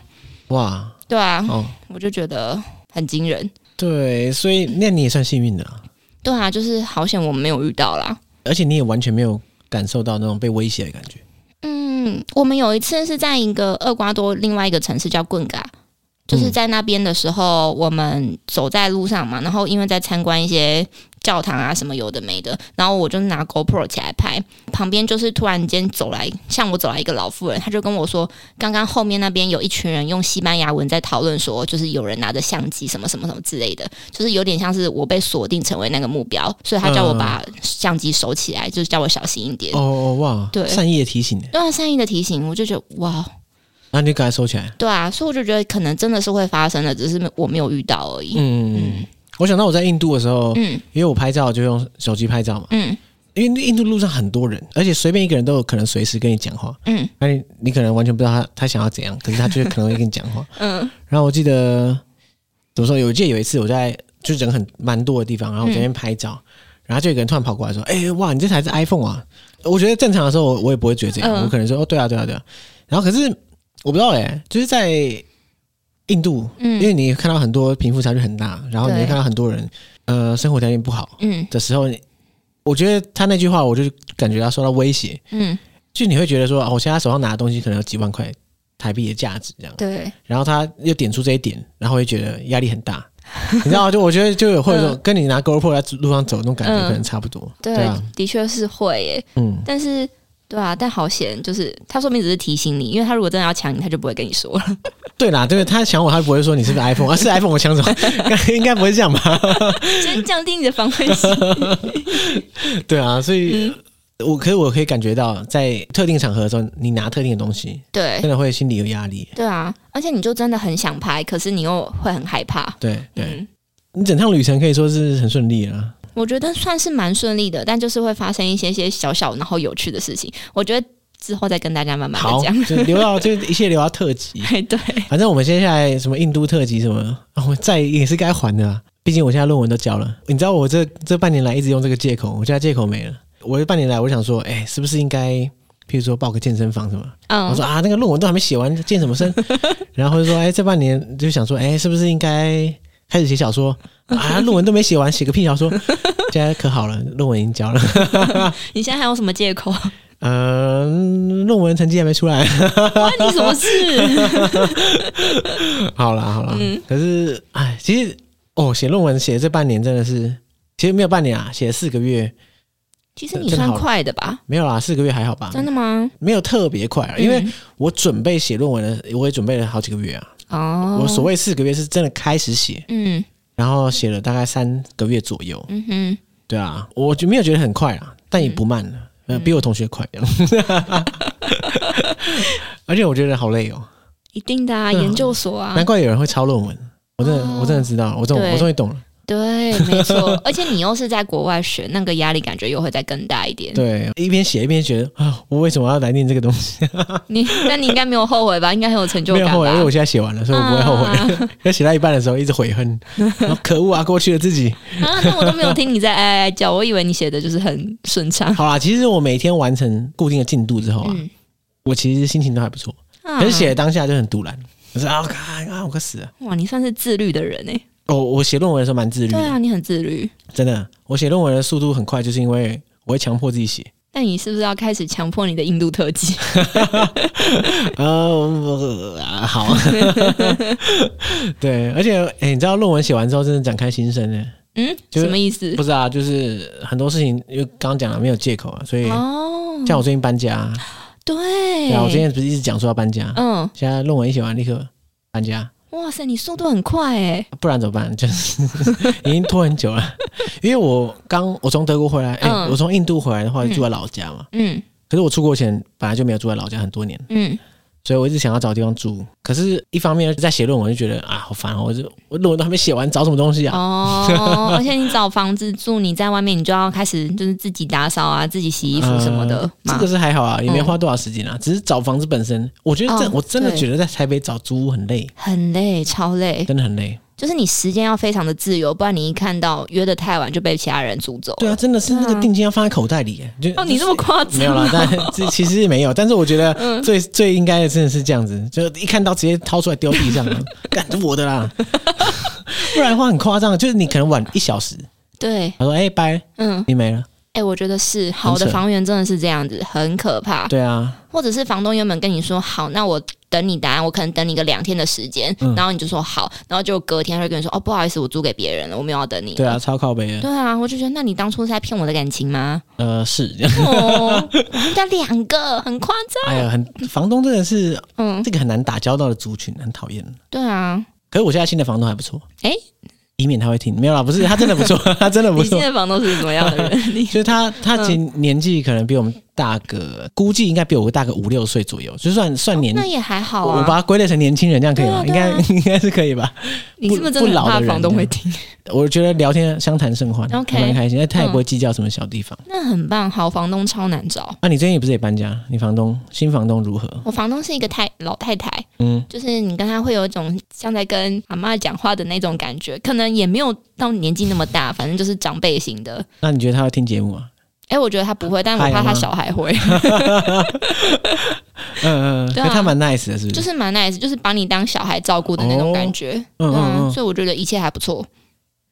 Speaker 2: 哇
Speaker 1: 对啊，
Speaker 2: 哦，
Speaker 1: 我就觉得很惊人。
Speaker 2: 对，所以那你也算幸运的啊，
Speaker 1: 对啊，就是好险我们没有遇到啦。
Speaker 2: 而且你也完全没有感受到那种被威胁的感觉。
Speaker 1: 嗯，我们有一次是在一个厄瓜多另外一个城市叫棍嘎，就是在那边的时候，我们走在路上嘛，然后因为在参观一些教堂啊什么有的没的，然后我就拿 GoPro 起来拍，旁边就是突然间走来向我走来一个老妇人，她就跟我说，刚刚后面那边有一群人用西班牙文在讨论说，就是有人拿着相机什么什么什么之类的，就是有点像是我被锁定成为那个目标，所以她叫我把相机收起来，就是叫我小心一点。
Speaker 2: 哦哦哇，
Speaker 1: 呃对
Speaker 2: 善意的提醒欸，
Speaker 1: 对啊，善意的提醒，我就觉得哇，
Speaker 2: 然后你就赶快收起来。
Speaker 1: 对啊，所以我就觉得可能真的是会发生的，只是我没有遇到而已。
Speaker 2: 嗯，我想到我在印度的时候，
Speaker 1: 嗯
Speaker 2: 因为我拍照就用手机拍照嘛，
Speaker 1: 嗯
Speaker 2: 因为印度路上很多人，而且随便一个人都有可能随时跟你讲话，
Speaker 1: 嗯
Speaker 2: 那你你可能完全不知道他他想要怎样，可是他就是可能会跟你讲话。
Speaker 1: 嗯
Speaker 2: 然后我记得怎么说，有一记得有一次我在就人很蛮多的地方，然后我在那边拍照，然后就有个人突然跑过来说：“哎、哇，你这台是 iPhone 啊？”我觉得正常的时候我我也不会觉得这样，
Speaker 1: 嗯
Speaker 2: 我可能说：“哦，对啊，对啊，对啊。”然后可是我不知道哎、就是在印度，因
Speaker 1: 嗯
Speaker 2: 为你看到很多贫富差距很大，然后你会
Speaker 1: 对
Speaker 2: 看到很多人呃生活条件不好
Speaker 1: 嗯
Speaker 2: 的时候，我觉得他那句话我就感觉到受到威胁，
Speaker 1: 嗯，
Speaker 2: 就你会觉得说：“哦，我现在手上拿的东西可能有几万块台币的价值这样。”
Speaker 1: 对，
Speaker 2: 然后他又点出这一点，然后会觉得压力很 大，你知道吗？就我觉得就有会有种跟你拿 GoPro 在路上走那种感觉，
Speaker 1: 嗯
Speaker 2: 可能差不多。
Speaker 1: 对，
Speaker 2: 啊，
Speaker 1: 的确是会耶，
Speaker 2: 嗯，
Speaker 1: 但是。对啊，但好险，就是他说明只是提醒你，因为他如果真的要抢你，他就不会跟你说了。
Speaker 2: 对啦，对他抢我，他不会说你是不是 iPhone，啊是 iPhone 我抢走， 应该不会这样 吧？
Speaker 1: 先降低你的防卫心。
Speaker 2: 对啊，所以。我可是我可以感觉到，在特定场合的时候，你拿特定的东西，
Speaker 1: 对
Speaker 2: 真的会心里有压力。
Speaker 1: 对啊，而且你就真的很想拍，可是你又会很害怕。
Speaker 2: 对对，
Speaker 1: 嗯，
Speaker 2: 你整趟旅程可以说是很顺利了。
Speaker 1: 我觉得算是蛮顺利的，但就是会发生一些些小小然后有趣的事情。我觉得之后再跟大家慢慢
Speaker 2: 好
Speaker 1: 的讲。，
Speaker 2: 就留到就一切留到特辑。
Speaker 1: 哎，对，
Speaker 2: 反正我们接下来什么印度特辑什么，啊我再也是该还的、啊，毕竟我现在论文都交了。你知道我这这半年来一直用这个借口，我现在借口没了。我这半年来我想说，哎、是不是应该，譬如说报个健身房什么？我
Speaker 1: 嗯
Speaker 2: 说，啊，那个论文都还没写完，健什么身？然后就说，哎、这半年就想说，哎、是不是应该开始写小说？啊，论文都没写完，写个屁小说！现在可好了，论文已经交了，
Speaker 1: 你现在还有什么借 口？
Speaker 2: 嗯、论文成绩还没出来。
Speaker 1: 关你什 么事？嗯
Speaker 2: 好啦好啦，可是哎，其实哦，写论文写这半年真的是，其实没有半年啊，写了四个月，
Speaker 1: 其实你算快的吧？
Speaker 2: 没有啦，四个月还好吧？
Speaker 1: 真的吗？
Speaker 2: 没有特别快啊，因为
Speaker 1: 嗯
Speaker 2: 我准备写论文的，我也准备了好几个月啊。
Speaker 1: 哦，
Speaker 2: 我所谓四个月是真的开始写，
Speaker 1: 嗯
Speaker 2: 然后写了大概三个月左右。
Speaker 1: 嗯哼，
Speaker 2: 对啊，我就没有觉得很快啊，但也不慢了，
Speaker 1: 嗯
Speaker 2: 呃比我同学快。 而且我觉得好累哦，
Speaker 1: 一定的啊，
Speaker 2: 对啊
Speaker 1: 研究所啊哦
Speaker 2: 难，怪有人会抄论文。我真的，我真的知道了，我懂，
Speaker 1: 对
Speaker 2: 我终于懂了。
Speaker 1: 对，没错，而且你又是在国外学，那个压力感觉又会再更大一点。
Speaker 2: 对，一边写一边觉得啊，我为什么要来念这个东西？
Speaker 1: 你，但你应该没有后悔吧？应该很有成就嗯
Speaker 2: 没有
Speaker 1: 感
Speaker 2: 后悔，因为
Speaker 1: 吧啊
Speaker 2: 我？现在写完了，所以我不会后悔。 要写到一半的时候，一直 悔恨，然后可恶啊，过去的自己。
Speaker 1: 啊，那我都没有听你在哀哀叫，我以为你写的就是很顺 畅。
Speaker 2: 好啦，其实我每天完成固定的进度之后啊，
Speaker 1: 嗯，
Speaker 2: 我其实心情都还不错，
Speaker 1: 啊
Speaker 2: 可是写的当下就很堵然。我说啊，看啊，我快死了！
Speaker 1: 哇，你算是自律的人哎、
Speaker 2: 我我写论文的时候蛮自律
Speaker 1: 对
Speaker 2: 的，
Speaker 1: 啊，你很自律。
Speaker 2: 真的，我写论文的速度很快，就是因为我会强迫自 己写。
Speaker 1: 那你是不是要开始强迫你的印度特技？
Speaker 2: 呃，我啊好， 对，而且哎、你知道论文写完之后，真的展开心声哎呢？
Speaker 1: 嗯，
Speaker 2: 就是
Speaker 1: 什么意思
Speaker 2: 不？知道、啊，就是很多事情，因为刚刚讲了没有借口啊，所以
Speaker 1: 哦，
Speaker 2: 像我最近搬家啊，
Speaker 1: 对，
Speaker 2: 对啊，我之前不是一直讲说要搬家，
Speaker 1: 嗯，
Speaker 2: 现在论文一写完立刻搬家，
Speaker 1: 哇塞，你速度很快哎、
Speaker 2: 不然怎么办？就是 已经拖很久了，因为我刚我从德国回来，哎、
Speaker 1: 嗯
Speaker 2: 我从印度回来的话就住在老家嘛，
Speaker 1: 嗯
Speaker 2: 可是我出国前本来就没有住在老家很多年，
Speaker 1: 嗯，
Speaker 2: 所以我一直想要找地方住。可是，一方面在写论文就觉得啊好烦哦，我就我论文都还没写完，找什么东西啊？
Speaker 1: 哦，而且你找房子住，你在外面你就要开始就是自己打扫啊，自己洗衣服什么的
Speaker 2: 呃这
Speaker 1: 嘛。
Speaker 2: 个是还好啊，也没花多少时间啊，只是找房子本身，我觉得这、
Speaker 1: 嗯哦
Speaker 2: 我真的
Speaker 1: 对
Speaker 2: 觉得在台北找租屋很累，
Speaker 1: 很累，超累，
Speaker 2: 真的很累。
Speaker 1: 就是你时间要非常的自由，不然你一看到约的太晚就被其他人租走了。
Speaker 2: 对啊，真的是那个定金要放在口袋里耶，就
Speaker 1: 哦，你这么嗯夸张？
Speaker 2: 没有啦， 但这其实也没有，但是我觉得最、最应该的真的是这样子，就一看到直接掏出来丢 地上了，干这我的啦，不然的话很夸张，啊就是你可能晚一小时，
Speaker 1: 对，
Speaker 2: 他说哎拜、
Speaker 1: 嗯，
Speaker 2: 你没了，
Speaker 1: 哎、我觉得是好
Speaker 2: 很
Speaker 1: 的
Speaker 2: 扯
Speaker 1: 房源真的是这样子，很可怕。
Speaker 2: 对啊，
Speaker 1: 或者是房东原本跟你说好，那我等你答案，我可能等你个两天的时间，
Speaker 2: 嗯
Speaker 1: 然后你就说好，然后就隔天他就跟你说哦，不好意思，我租给别人了，我没有要等你。
Speaker 2: 对啊，，超靠北的，
Speaker 1: 对啊，我就觉得那你当初是在骗我的感情 吗？
Speaker 2: 呃是，
Speaker 1: 哦，我们家两个很夸张。
Speaker 2: 哎呀，很房东真的是
Speaker 1: 嗯，
Speaker 2: 这个很难打交道的族群，很讨厌。
Speaker 1: 对啊，
Speaker 2: 可是我现在新的房东还不错，
Speaker 1: 哎
Speaker 2: 以免他会听，没有啦，不是他真的不错， 他真的
Speaker 1: 你
Speaker 2: 不
Speaker 1: 现
Speaker 2: 错。
Speaker 1: 在房东是什么样的 人？你
Speaker 2: 就是他，他
Speaker 1: 嗯
Speaker 2: 其实年纪可能比我们大个，估计应该比我大个五六岁左右，就算算年
Speaker 1: 那也还好
Speaker 2: 我
Speaker 1: 啊。
Speaker 2: 我把它归类成年轻人，这样可以吗？应
Speaker 1: 对啊对啊
Speaker 2: 该 应该是可以吧。
Speaker 1: 你是不是真的很怕房东会听？
Speaker 2: 我觉得聊天相谈甚欢，还
Speaker 1: OK 嗯
Speaker 2: 蛮开心。但他也不会计较什么小地方。
Speaker 1: 那很棒，好房东超难找。
Speaker 2: 啊，你最近不是也搬家？你房东新房东如何？
Speaker 1: 我房东是一个太老太太，
Speaker 2: 嗯，
Speaker 1: 就是你跟她会有一种像在跟阿妈讲话的那种感觉，可能也没有到年纪那么大，反正就是长辈型的。
Speaker 2: 那你觉得他会听节目 啊？
Speaker 1: 哎、我觉得她不会，但我
Speaker 2: 嗨
Speaker 1: 怕
Speaker 2: 阿
Speaker 1: 她
Speaker 2: 嬷
Speaker 1: 小孩会，
Speaker 2: 嗯嗯，嗯
Speaker 1: 对啊
Speaker 2: 可他蛮 nice 的，是不？
Speaker 1: 就是是蛮 nice，就是把你当小孩照顾的那种
Speaker 2: 哦
Speaker 1: 感觉。
Speaker 2: 嗯嗯
Speaker 1: 嗯，
Speaker 2: 嗯。
Speaker 1: 所以我觉得一切还不错。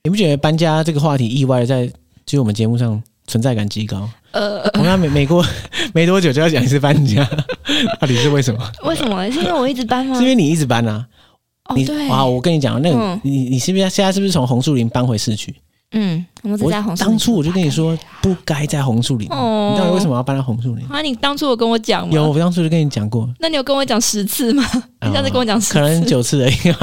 Speaker 2: 你不觉得搬家这个话题意外地在就是我们节目上存在感极高？
Speaker 1: 呃，
Speaker 2: 我们美美国 没多久就要讲一次搬家， 到底是为什么？
Speaker 1: 为什么？是因为我一直搬吗
Speaker 2: 是因？为你一直搬
Speaker 1: 嗯
Speaker 2: 啊？
Speaker 1: 哦，
Speaker 2: 你
Speaker 1: 对，
Speaker 2: 哇，我跟你讲，那
Speaker 1: 嗯
Speaker 2: 个你你是不是现在是不是从红树林搬回市区？
Speaker 1: 嗯，我只
Speaker 2: 我
Speaker 1: 在红树林
Speaker 2: 当初我就跟你说不该在红树林，
Speaker 1: 啊哦
Speaker 2: 你到底为什么要搬到红树林？
Speaker 1: 啊，你当初有跟我讲吗？
Speaker 2: 有，我当初就跟你讲过，
Speaker 1: 那你有跟我讲十次吗？你上次跟我讲十次，
Speaker 2: 可能九次而已，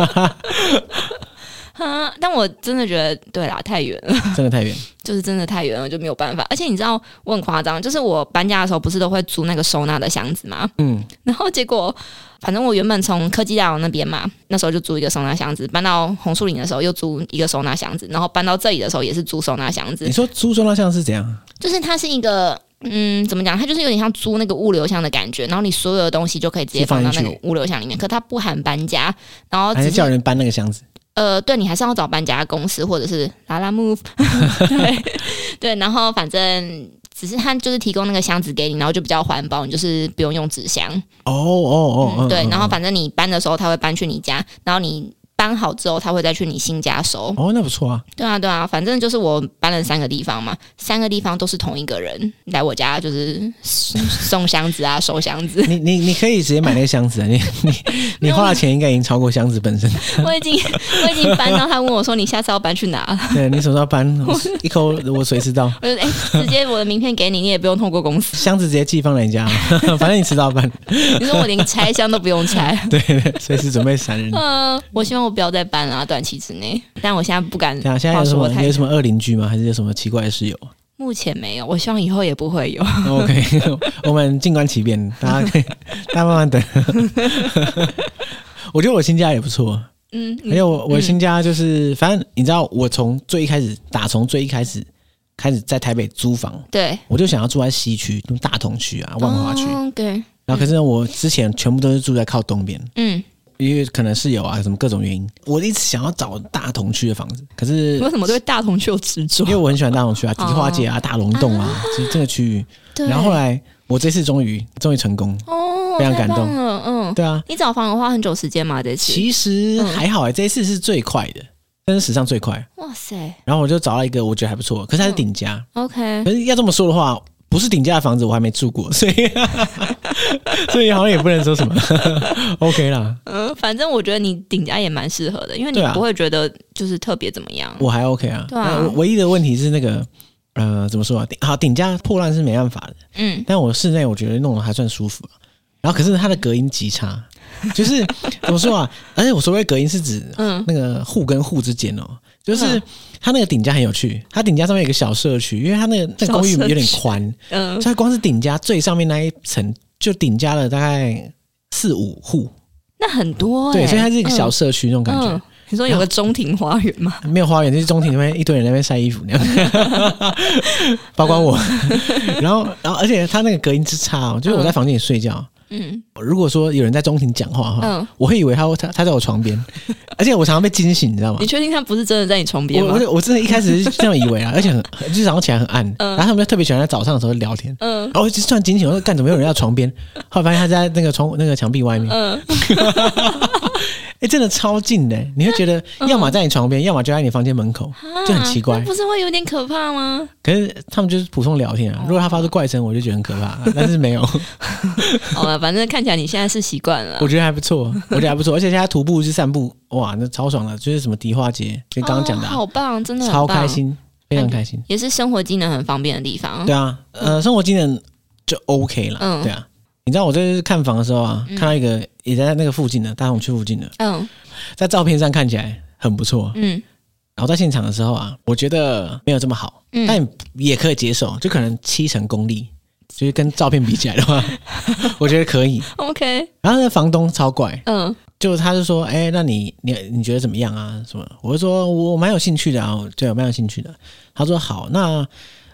Speaker 1: 啊，但我真的觉得，对啦，太远了，
Speaker 2: 啊真的太远。
Speaker 1: 就是真的太远了，就没有办法。而且你知道我很夸张，就是我搬家的时候不是都会租那个收纳的箱子吗？
Speaker 2: 嗯，
Speaker 1: 然后结果，反正我原本从科技大楼那边嘛，那时候就租一个收纳箱子，搬到红树林的时候又租一个收纳箱子，然后搬到这里的时候也是租收纳箱子
Speaker 2: 你，说租收纳箱是怎样？
Speaker 1: 就是它是一个。嗯，怎么讲？它就是有点像租那个物流箱的感觉，然后你所有的东西就可以直接
Speaker 2: 就
Speaker 1: 放
Speaker 2: 放
Speaker 1: 到
Speaker 2: 进
Speaker 1: 那
Speaker 2: 去
Speaker 1: 个物流箱里面，可它不含搬家，然后
Speaker 2: 还
Speaker 1: 只
Speaker 2: 是
Speaker 1: 是
Speaker 2: 叫人搬那个箱子？
Speaker 1: 呃，对你还是要找搬家公司或者是拉拉 move，对 对，然后反正只是他就是提供那个箱子给你，然后就比较环保，你就是不用用纸箱，
Speaker 2: 哦哦哦，
Speaker 1: 嗯对，然后
Speaker 2: 把
Speaker 1: 反正你搬的时候他会搬去你家，然后你搬好之后，他会再去你新家收。
Speaker 2: 哦，那不错啊，
Speaker 1: 对啊，对啊，反正就是我搬了三个地方嘛，三个地方都是同一个人来我家，就是送送箱子啊，收箱 子。
Speaker 2: 你你你可以直接买那个箱子啊，你 你你
Speaker 1: 啊
Speaker 2: 花的钱应该已经超过箱子本身。
Speaker 1: 我已经我已经搬到他问我说：“你下次要搬去哪
Speaker 2: 对你什么时候搬？我一口我随时到，？”
Speaker 1: 我就哎、直接我的名片给你，你也不用通过公司。
Speaker 2: 箱子直接寄放人家， 反正你迟早搬，
Speaker 1: 你说我连拆箱都不用拆。
Speaker 2: 对，随时准备闪人。
Speaker 1: 嗯， 我希望我不要再搬了、短期之内。但我现在不敢
Speaker 2: 对啊，现在
Speaker 1: 话
Speaker 2: 有什
Speaker 1: 说
Speaker 2: 么
Speaker 1: 太
Speaker 2: 有什么恶邻居吗？还是有什么奇怪的室友
Speaker 1: 目前没有，我希望以后也不会有。
Speaker 2: ？OK，我们静观其变，大家可以大家慢慢等。 我觉得我新家也不错，
Speaker 1: 嗯，
Speaker 2: 而且我我新家就是，反正你知道，我从最一开始，打从最一开始开始在台北租房，
Speaker 1: 对，
Speaker 2: 我就想要住在西区、大同区啊、万华区。
Speaker 1: 哦对，
Speaker 2: 然后可是呢，我之前全部都是住在靠东边，
Speaker 1: 嗯，
Speaker 2: 因为可能室友啊什么各种原因，我一直想要找大同区的房子，可是
Speaker 1: 你为什么对大同区有执着
Speaker 2: 因？为我很喜欢大同区啊，迪化街啊、大龙洞啊，就是这个区域。
Speaker 1: 哦对
Speaker 2: 然后后来我这次终于终于成功，
Speaker 1: 哦，
Speaker 2: 非常
Speaker 1: 太
Speaker 2: 感动
Speaker 1: 棒了，嗯。
Speaker 2: 对啊，
Speaker 1: 你找房有花很久时间吗？这次？
Speaker 2: 其实还好哎、这一次是最快的，真是史上最快。
Speaker 1: 哇塞
Speaker 2: 然后我就找到一个我觉得还不错，可是它是顶家，
Speaker 1: ，OK，嗯
Speaker 2: 可是要这么说的话，不是顶家的房子我还没住过， 所以所以好像也不能说什么 ，OK 啦，
Speaker 1: 嗯，反正我觉得你顶家也蛮适合的，因为你
Speaker 2: 对啊
Speaker 1: 不会觉得就是特别怎么样。
Speaker 2: 我还 OK 啊。
Speaker 1: 对啊
Speaker 2: 那唯一的问题是那个。呃，怎么说啊？顶好，顶家破烂是没办法的，
Speaker 1: 嗯，
Speaker 2: 但我室内我觉得弄得还算舒服了然后可是它的隔音极差， 就是怎么说啊？而且我所谓隔音是指
Speaker 1: 嗯
Speaker 2: 那个户跟户之间哦，就是
Speaker 1: 嗯
Speaker 2: 它那个顶家很有趣，它顶家上面有一个小社区，因为它那个那个公寓
Speaker 1: 小社区
Speaker 2: 有点宽，所
Speaker 1: 嗯
Speaker 2: 以它光是顶家最上面那一层就顶家了大概四五户，
Speaker 1: 那很多欸
Speaker 2: 对，所以它是一个小社区那种感觉。
Speaker 1: 嗯，你说有个中庭花园吗？
Speaker 2: 没有花园，就是中庭那边一堆人在那边晒衣服那样， 包括我。 然后，然后，而且它那个隔音之差哦，就是我在房间里睡觉，
Speaker 1: 嗯
Speaker 2: 如果说有人在中庭讲话的话，
Speaker 1: 嗯
Speaker 2: 我会以为他他他在我床 边，而且我常常被惊醒，你知道吗
Speaker 1: 你？确定他不是真的在你床边
Speaker 2: 我
Speaker 1: 吗
Speaker 2: 我？就我真的一开始是这样以为啊，而且很 就是早上起来很暗，
Speaker 1: 嗯
Speaker 2: 然后他们就特别喜欢在早上的时候聊天。哦
Speaker 1: 嗯
Speaker 2: 然后我就突然惊醒，我说干怎么有人在床边？ 后来发现他在那个窗那个墙壁 外面，哎、哎
Speaker 1: 嗯，
Speaker 2: 真的超近的、你会觉得
Speaker 1: 嗯
Speaker 2: 要么在你床边，要么就在你房间门口，嗯就很奇怪
Speaker 1: 啊那。不是会有点可怕 吗？
Speaker 2: 可是他们就是普通聊
Speaker 1: 哦
Speaker 2: 天啊，如果他发出怪声，我就觉得很可怕，但是 没有，
Speaker 1: 嗯好了，反正看起来你现在是习惯了
Speaker 2: 我。觉得还不错，我觉得还不错，而且现在徒步去散步，哇，那超爽的，就是什么迪化街，就刚刚讲的、
Speaker 1: 哦
Speaker 2: 啊，
Speaker 1: 好棒，真的很
Speaker 2: 超
Speaker 1: 棒
Speaker 2: 开，心，非常开心。
Speaker 1: 也是生活技能很方便的地方
Speaker 2: 对。啊，呃，生活技能就 OK 了，
Speaker 1: 嗯
Speaker 2: 对啊。你知道我这次看房的时候啊，看到一个也在那个附近的大同区附近的，
Speaker 1: 嗯
Speaker 2: 在照片上看起来很不错，
Speaker 1: 嗯
Speaker 2: 然后在现场的时候啊，我觉得没有这么好，
Speaker 1: 嗯，
Speaker 2: 但也可以接受，就可能七成功力，就是跟照片比起来 的话，我觉得可以。
Speaker 1: OK，
Speaker 2: 然后那房东超怪，
Speaker 1: 嗯
Speaker 2: 就他就说，哎、那你你你觉得怎么样啊？什么？我就说我蛮有兴趣的啊，我对，我蛮有兴趣的。他说好，那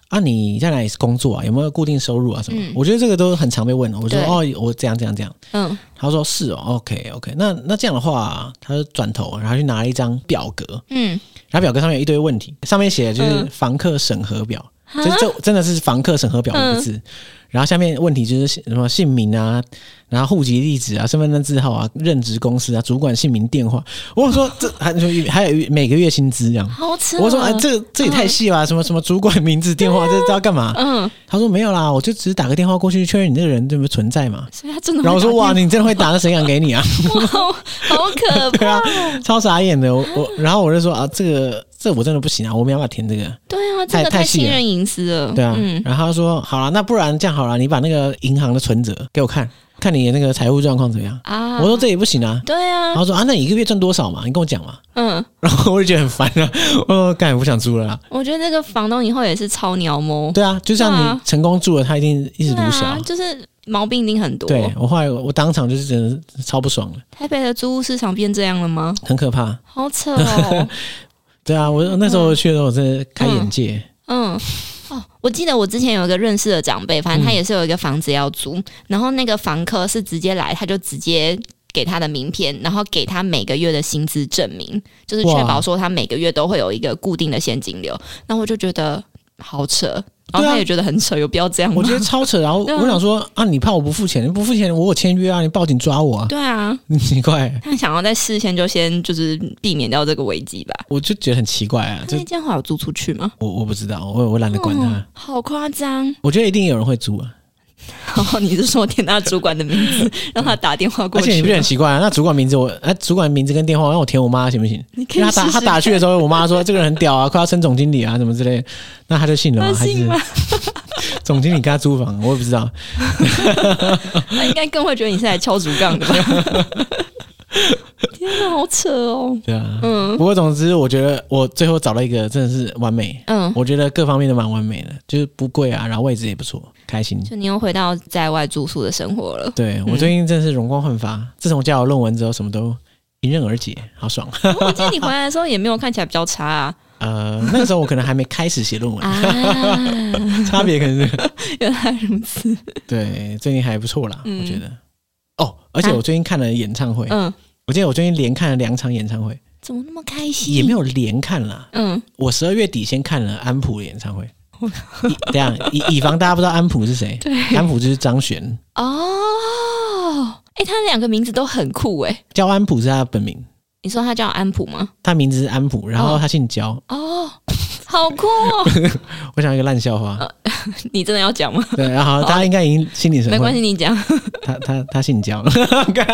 Speaker 2: 啊你在哪里工作啊？有没有固定收入啊？什么？
Speaker 1: 嗯
Speaker 2: 我觉得这个都很常被问的。我说
Speaker 1: 对
Speaker 2: 哦，我这样这样这样。
Speaker 1: 嗯
Speaker 2: 他说是哦，OK OK，那那这样的话，他就转头然后去拿了一张表格，
Speaker 1: 嗯，
Speaker 2: 然后表格上面有一堆问题，上面写的就是
Speaker 1: 嗯
Speaker 2: 房客审核表。
Speaker 1: 啊
Speaker 2: 这这真的是房客审核表
Speaker 1: 嗯
Speaker 2: 五个字。然后下面问题就是什么姓名啊，然后户籍地址啊、身份证字号啊、任职公司啊、主管姓名、电话。我想说这还就还有每个月薪资这样。
Speaker 1: 好扯。哦
Speaker 2: 我说哎，这这也太细了吧、什么什么主管名字、电话，这这要干嘛？
Speaker 1: 嗯，
Speaker 2: 他说没有啦，我就只是打个电话过去确认你这个人对不对存在嘛。
Speaker 1: 所以他真的会
Speaker 2: 然后我说哇，
Speaker 1: 打
Speaker 2: 你真的会打，那谁敢给你啊？
Speaker 1: 电话，哇 好可
Speaker 2: 对
Speaker 1: 怕
Speaker 2: 啊。，超傻眼的。我我然后我就说啊，这个这我真的不行啊，我没办法填这个。
Speaker 1: 对啊，这个
Speaker 2: 太
Speaker 1: 太
Speaker 2: 细
Speaker 1: 信
Speaker 2: 了
Speaker 1: 任隐私了。
Speaker 2: 对啊，
Speaker 1: 嗯，
Speaker 2: 然后他说好了，那不然这样好了，你把那个银行的存折给我看，看你的那个财务状况怎么样。
Speaker 1: 啊，
Speaker 2: 我说这也不行啊，
Speaker 1: 对啊
Speaker 2: 然，后说啊，那你一个月赚多少嘛？你跟我讲嘛。
Speaker 1: 嗯，
Speaker 2: 然后我就觉得很烦了、 我说干不想租了啦。
Speaker 1: 我觉得这个房东以后也是超鸟摸，
Speaker 2: 对啊，就
Speaker 1: 对
Speaker 2: 像
Speaker 1: 啊
Speaker 2: 你成功住了，他一定一直
Speaker 1: 对
Speaker 2: 毒
Speaker 1: 啊
Speaker 2: 舌，。
Speaker 1: 就是毛病一定很多。
Speaker 2: 对我后来我我当场就是真的是超不爽了，
Speaker 1: 台北的租屋市场变这样了吗？
Speaker 2: 很可怕。
Speaker 1: 好扯哦。
Speaker 2: 对啊，我那时候去的时候我真的开眼界，
Speaker 1: 嗯，哦，我记得我之前有一个认识的长辈，反正他
Speaker 2: 嗯
Speaker 1: 也是有一个房子要租，然后那个房客是直接来，他就直接。给他的名片，然后给他每个月的薪资证明，就是确
Speaker 2: 哇
Speaker 1: 保说他每个月都会有一个固定的现金流。然后我就觉得好扯，然后
Speaker 2: 对啊
Speaker 1: 他也觉得很扯，有必要这样吗
Speaker 2: 我？觉得超扯。然后
Speaker 1: 对啊
Speaker 2: 我想说啊，你怕我不付钱？你不付钱，我有签约啊，你报警抓我啊！
Speaker 1: 对啊，
Speaker 2: 很奇怪，
Speaker 1: 他想要在事先就先就是避免掉这个危机吧。
Speaker 2: 我就觉得很奇怪啊。
Speaker 1: 他
Speaker 2: 这
Speaker 1: 那间话有租出去吗？
Speaker 2: 我我不知道，我我懒得管他。
Speaker 1: 哦好夸张！
Speaker 2: 我觉得一定有人会租啊，
Speaker 1: 哦， 你是说点他主管的名 字，让他打电话过
Speaker 2: 而
Speaker 1: 去？
Speaker 2: 且你不觉得很奇怪啊？那主管名字我啊，主管名字跟电话让我填我妈行不行？
Speaker 1: 你可
Speaker 2: 因
Speaker 1: 以
Speaker 2: 为他打
Speaker 1: 试试
Speaker 2: 他打去的时候，我妈说这个人很屌啊，快要升总经理啊，什么之类的，那他就信了
Speaker 1: 他
Speaker 2: 吗？还
Speaker 1: 信
Speaker 2: 是
Speaker 1: 吗？
Speaker 2: 总经理跟他租房？我也不知道。
Speaker 1: 他啊应该更会觉得你是来敲竹杠 的吧？天哪，好扯哦！
Speaker 2: 对啊，
Speaker 1: 嗯
Speaker 2: 不过总之，我觉得我最后找到一个真的是完美，
Speaker 1: 嗯，
Speaker 2: 我觉得各方面都蛮完美的，就是不贵啊，然后位置也不错，开心。
Speaker 1: 就你又回到在外住宿的生活了。
Speaker 2: 对我最近真的是容光焕发，自从交了论文之后，什么都迎刃而解，好爽。
Speaker 1: 我记得你回来的时候也没有看起来比较差 啊，
Speaker 2: 呃，那个时候我可能还没开始写论文，
Speaker 1: 啊
Speaker 2: 差别可能是
Speaker 1: 原来如此。
Speaker 2: 对，最近还不错啦，
Speaker 1: 嗯啊
Speaker 2: 我觉得。哦，而且我最近看了演唱会，
Speaker 1: 嗯，
Speaker 2: 我记得我最近连看了两场演唱会，
Speaker 1: 怎么那么开心？
Speaker 2: 也没有连看啦。
Speaker 1: 嗯，
Speaker 2: 我十二月底先看了安普的演 唱会，以这样以以防大家不知道安普是谁，安普就是张悬，
Speaker 1: 哦，哎、他两个名字都很酷哎。
Speaker 2: 焦安普是他的本名，
Speaker 1: 你说他叫安普吗？
Speaker 2: 他名字是安普，然后他姓焦。
Speaker 1: 哦，好酷 哦！
Speaker 2: 我想一个烂笑话，
Speaker 1: 你真的要讲吗？
Speaker 2: 对，然后大家应该已经心领神
Speaker 1: 哦没关
Speaker 2: 会，
Speaker 1: 系，你讲。
Speaker 2: 他他他姓焦， 干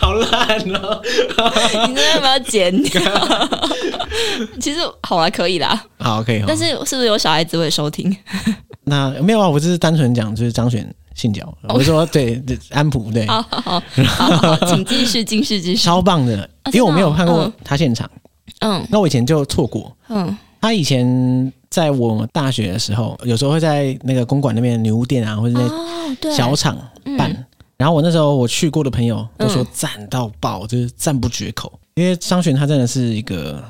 Speaker 2: 好烂哦。
Speaker 1: 你真的要不要剪掉？ 其实好了，可以啦。
Speaker 2: 好，可以哦。
Speaker 1: 但是是不是有小孩子会收听？
Speaker 2: 那没有啊，我只是单纯讲，就是张悬姓焦，
Speaker 1: 哦
Speaker 2: 我说对，对安普对，
Speaker 1: 好好好好好，请继续，继续，继续。
Speaker 2: 超棒的，因为我没有
Speaker 1: 真
Speaker 2: 看
Speaker 1: 的
Speaker 2: 过
Speaker 1: 哦
Speaker 2: 他现场，
Speaker 1: 嗯
Speaker 2: 那我以前就错过。
Speaker 1: 嗯
Speaker 2: 他以前在我大学的时候，有时候会在那个公馆那边的女巫店啊，或者那
Speaker 1: 哦，对，
Speaker 2: 小厂办。
Speaker 1: 嗯
Speaker 2: 然后我那时候我去过的朋友都说
Speaker 1: 嗯
Speaker 2: 赞到爆，就是赞不绝口。因为张悬他真的是一个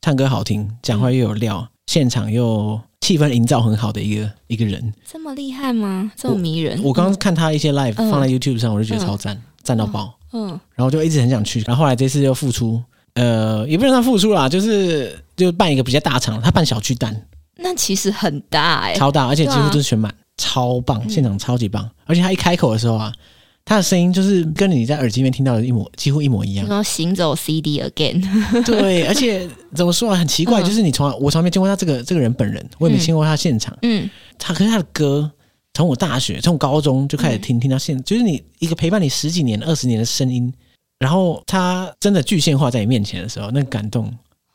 Speaker 2: 唱歌好听、讲话又有料、现场又气氛营造很好的一个一个人。
Speaker 1: 这么厉害吗？这么迷人？
Speaker 2: 我刚刚看他一些 live
Speaker 1: 嗯
Speaker 2: 放在 YouTube 上，我就觉得超赞，赞到爆。
Speaker 1: 嗯
Speaker 2: 然后就一直很想去，然后后来这次又复出，呃，也不能算复出啦，就是就办一个比较大场，他办小巨蛋，
Speaker 1: 那其实很大哎、
Speaker 2: 超大，而且几
Speaker 1: 对
Speaker 2: 乎
Speaker 1: 啊
Speaker 2: 都是全满，超棒，
Speaker 1: 嗯
Speaker 2: 现场超级棒。而且他一开口的时候啊，他的声音就是跟你在耳机里面听到的一模几乎一模一
Speaker 1: 你
Speaker 2: 样。
Speaker 1: 说行走 CD again，
Speaker 2: 对，而且怎么说啊，很奇怪，
Speaker 1: 嗯
Speaker 2: 就是你从来我从来没见过他这个这个人本人，我也没见过他现场。
Speaker 1: 嗯，
Speaker 2: 他可是他的歌，从我大学从我高中就开始
Speaker 1: 嗯
Speaker 2: 听，听到现，就是你一个陪伴你十几年、二十年的声音。然后他真的具现化在你面前的时候，那个感动。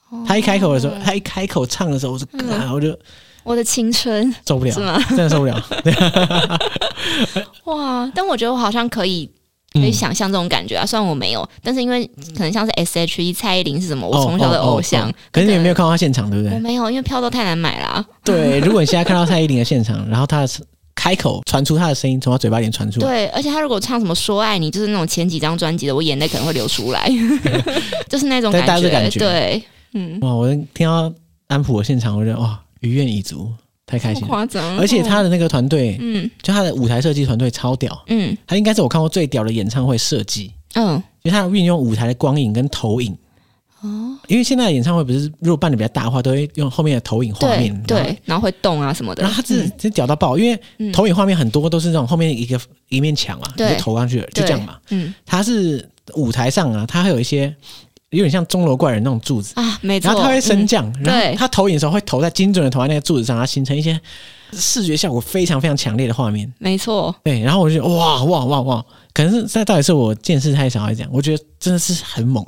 Speaker 1: 哦
Speaker 2: 他一开口的时候，他一开口唱的时候，我说，啊，我就
Speaker 1: 我的青春
Speaker 2: 受不了
Speaker 1: 嗯是，吗？
Speaker 2: 真的受不了。
Speaker 1: 哇！但我觉得我好像可以
Speaker 2: 嗯
Speaker 1: 可以想象这种感觉啊，虽然我没有，但是因为可能像是 S H E、蔡依林是什么， 我从小的偶像，
Speaker 2: 哦哦哦哦可是你有没有看过他现场，对不
Speaker 1: 我
Speaker 2: 对？
Speaker 1: 没有，因为票都太难买了、啊。
Speaker 2: 对，如果你现在看到蔡依林的现场，然后她的开口传出她的声音，从她嘴巴里面传出来，
Speaker 1: 对，而且他如果唱什么“说爱你”，就是那种前几张专辑的，我眼泪可能会流出来， 就是那种
Speaker 2: 对
Speaker 1: 感
Speaker 2: 大家
Speaker 1: 觉。
Speaker 2: 都感觉
Speaker 1: 对，嗯，
Speaker 2: 哇！我听到安普的现场，我觉得哇，愉悦已足，太开
Speaker 1: 这么
Speaker 2: 心
Speaker 1: 夸
Speaker 2: 了。
Speaker 1: 张。
Speaker 2: 而且他的那个团队，
Speaker 1: 嗯，
Speaker 2: 就他的舞台设计团队超屌，
Speaker 1: 嗯
Speaker 2: 他应该是我看过最屌的演唱会设计，
Speaker 1: 嗯
Speaker 2: 因为他运用舞台的光影跟投影。
Speaker 1: 嗯，哦，
Speaker 2: 因为现在的演唱会不是，如果办的比较大的话，都会用后面的投影画
Speaker 1: 对
Speaker 2: 面。然后
Speaker 1: 对，然后会动啊什么的。
Speaker 2: 然后他真的真屌到爆，因为投影画面很多都是那种后面一个一面墙嘛，你
Speaker 1: 对
Speaker 2: 就投上去了，就这样嘛。
Speaker 1: 嗯
Speaker 2: 它是舞台上啊，它会有一些有点像钟楼怪人那种柱子，
Speaker 1: 啊，没错，
Speaker 2: 然后它会升
Speaker 1: 嗯
Speaker 2: 降，
Speaker 1: 嗯
Speaker 2: 然后
Speaker 1: 对
Speaker 2: 它投影的时候会投在精准的投在那个柱子上，它形成一些视觉效果非常非常强烈的画面。
Speaker 1: 没错，
Speaker 2: 对，然后我就觉得哇哇哇哇，可能是那到底是我见识太少还是怎样？我觉得真的是很猛，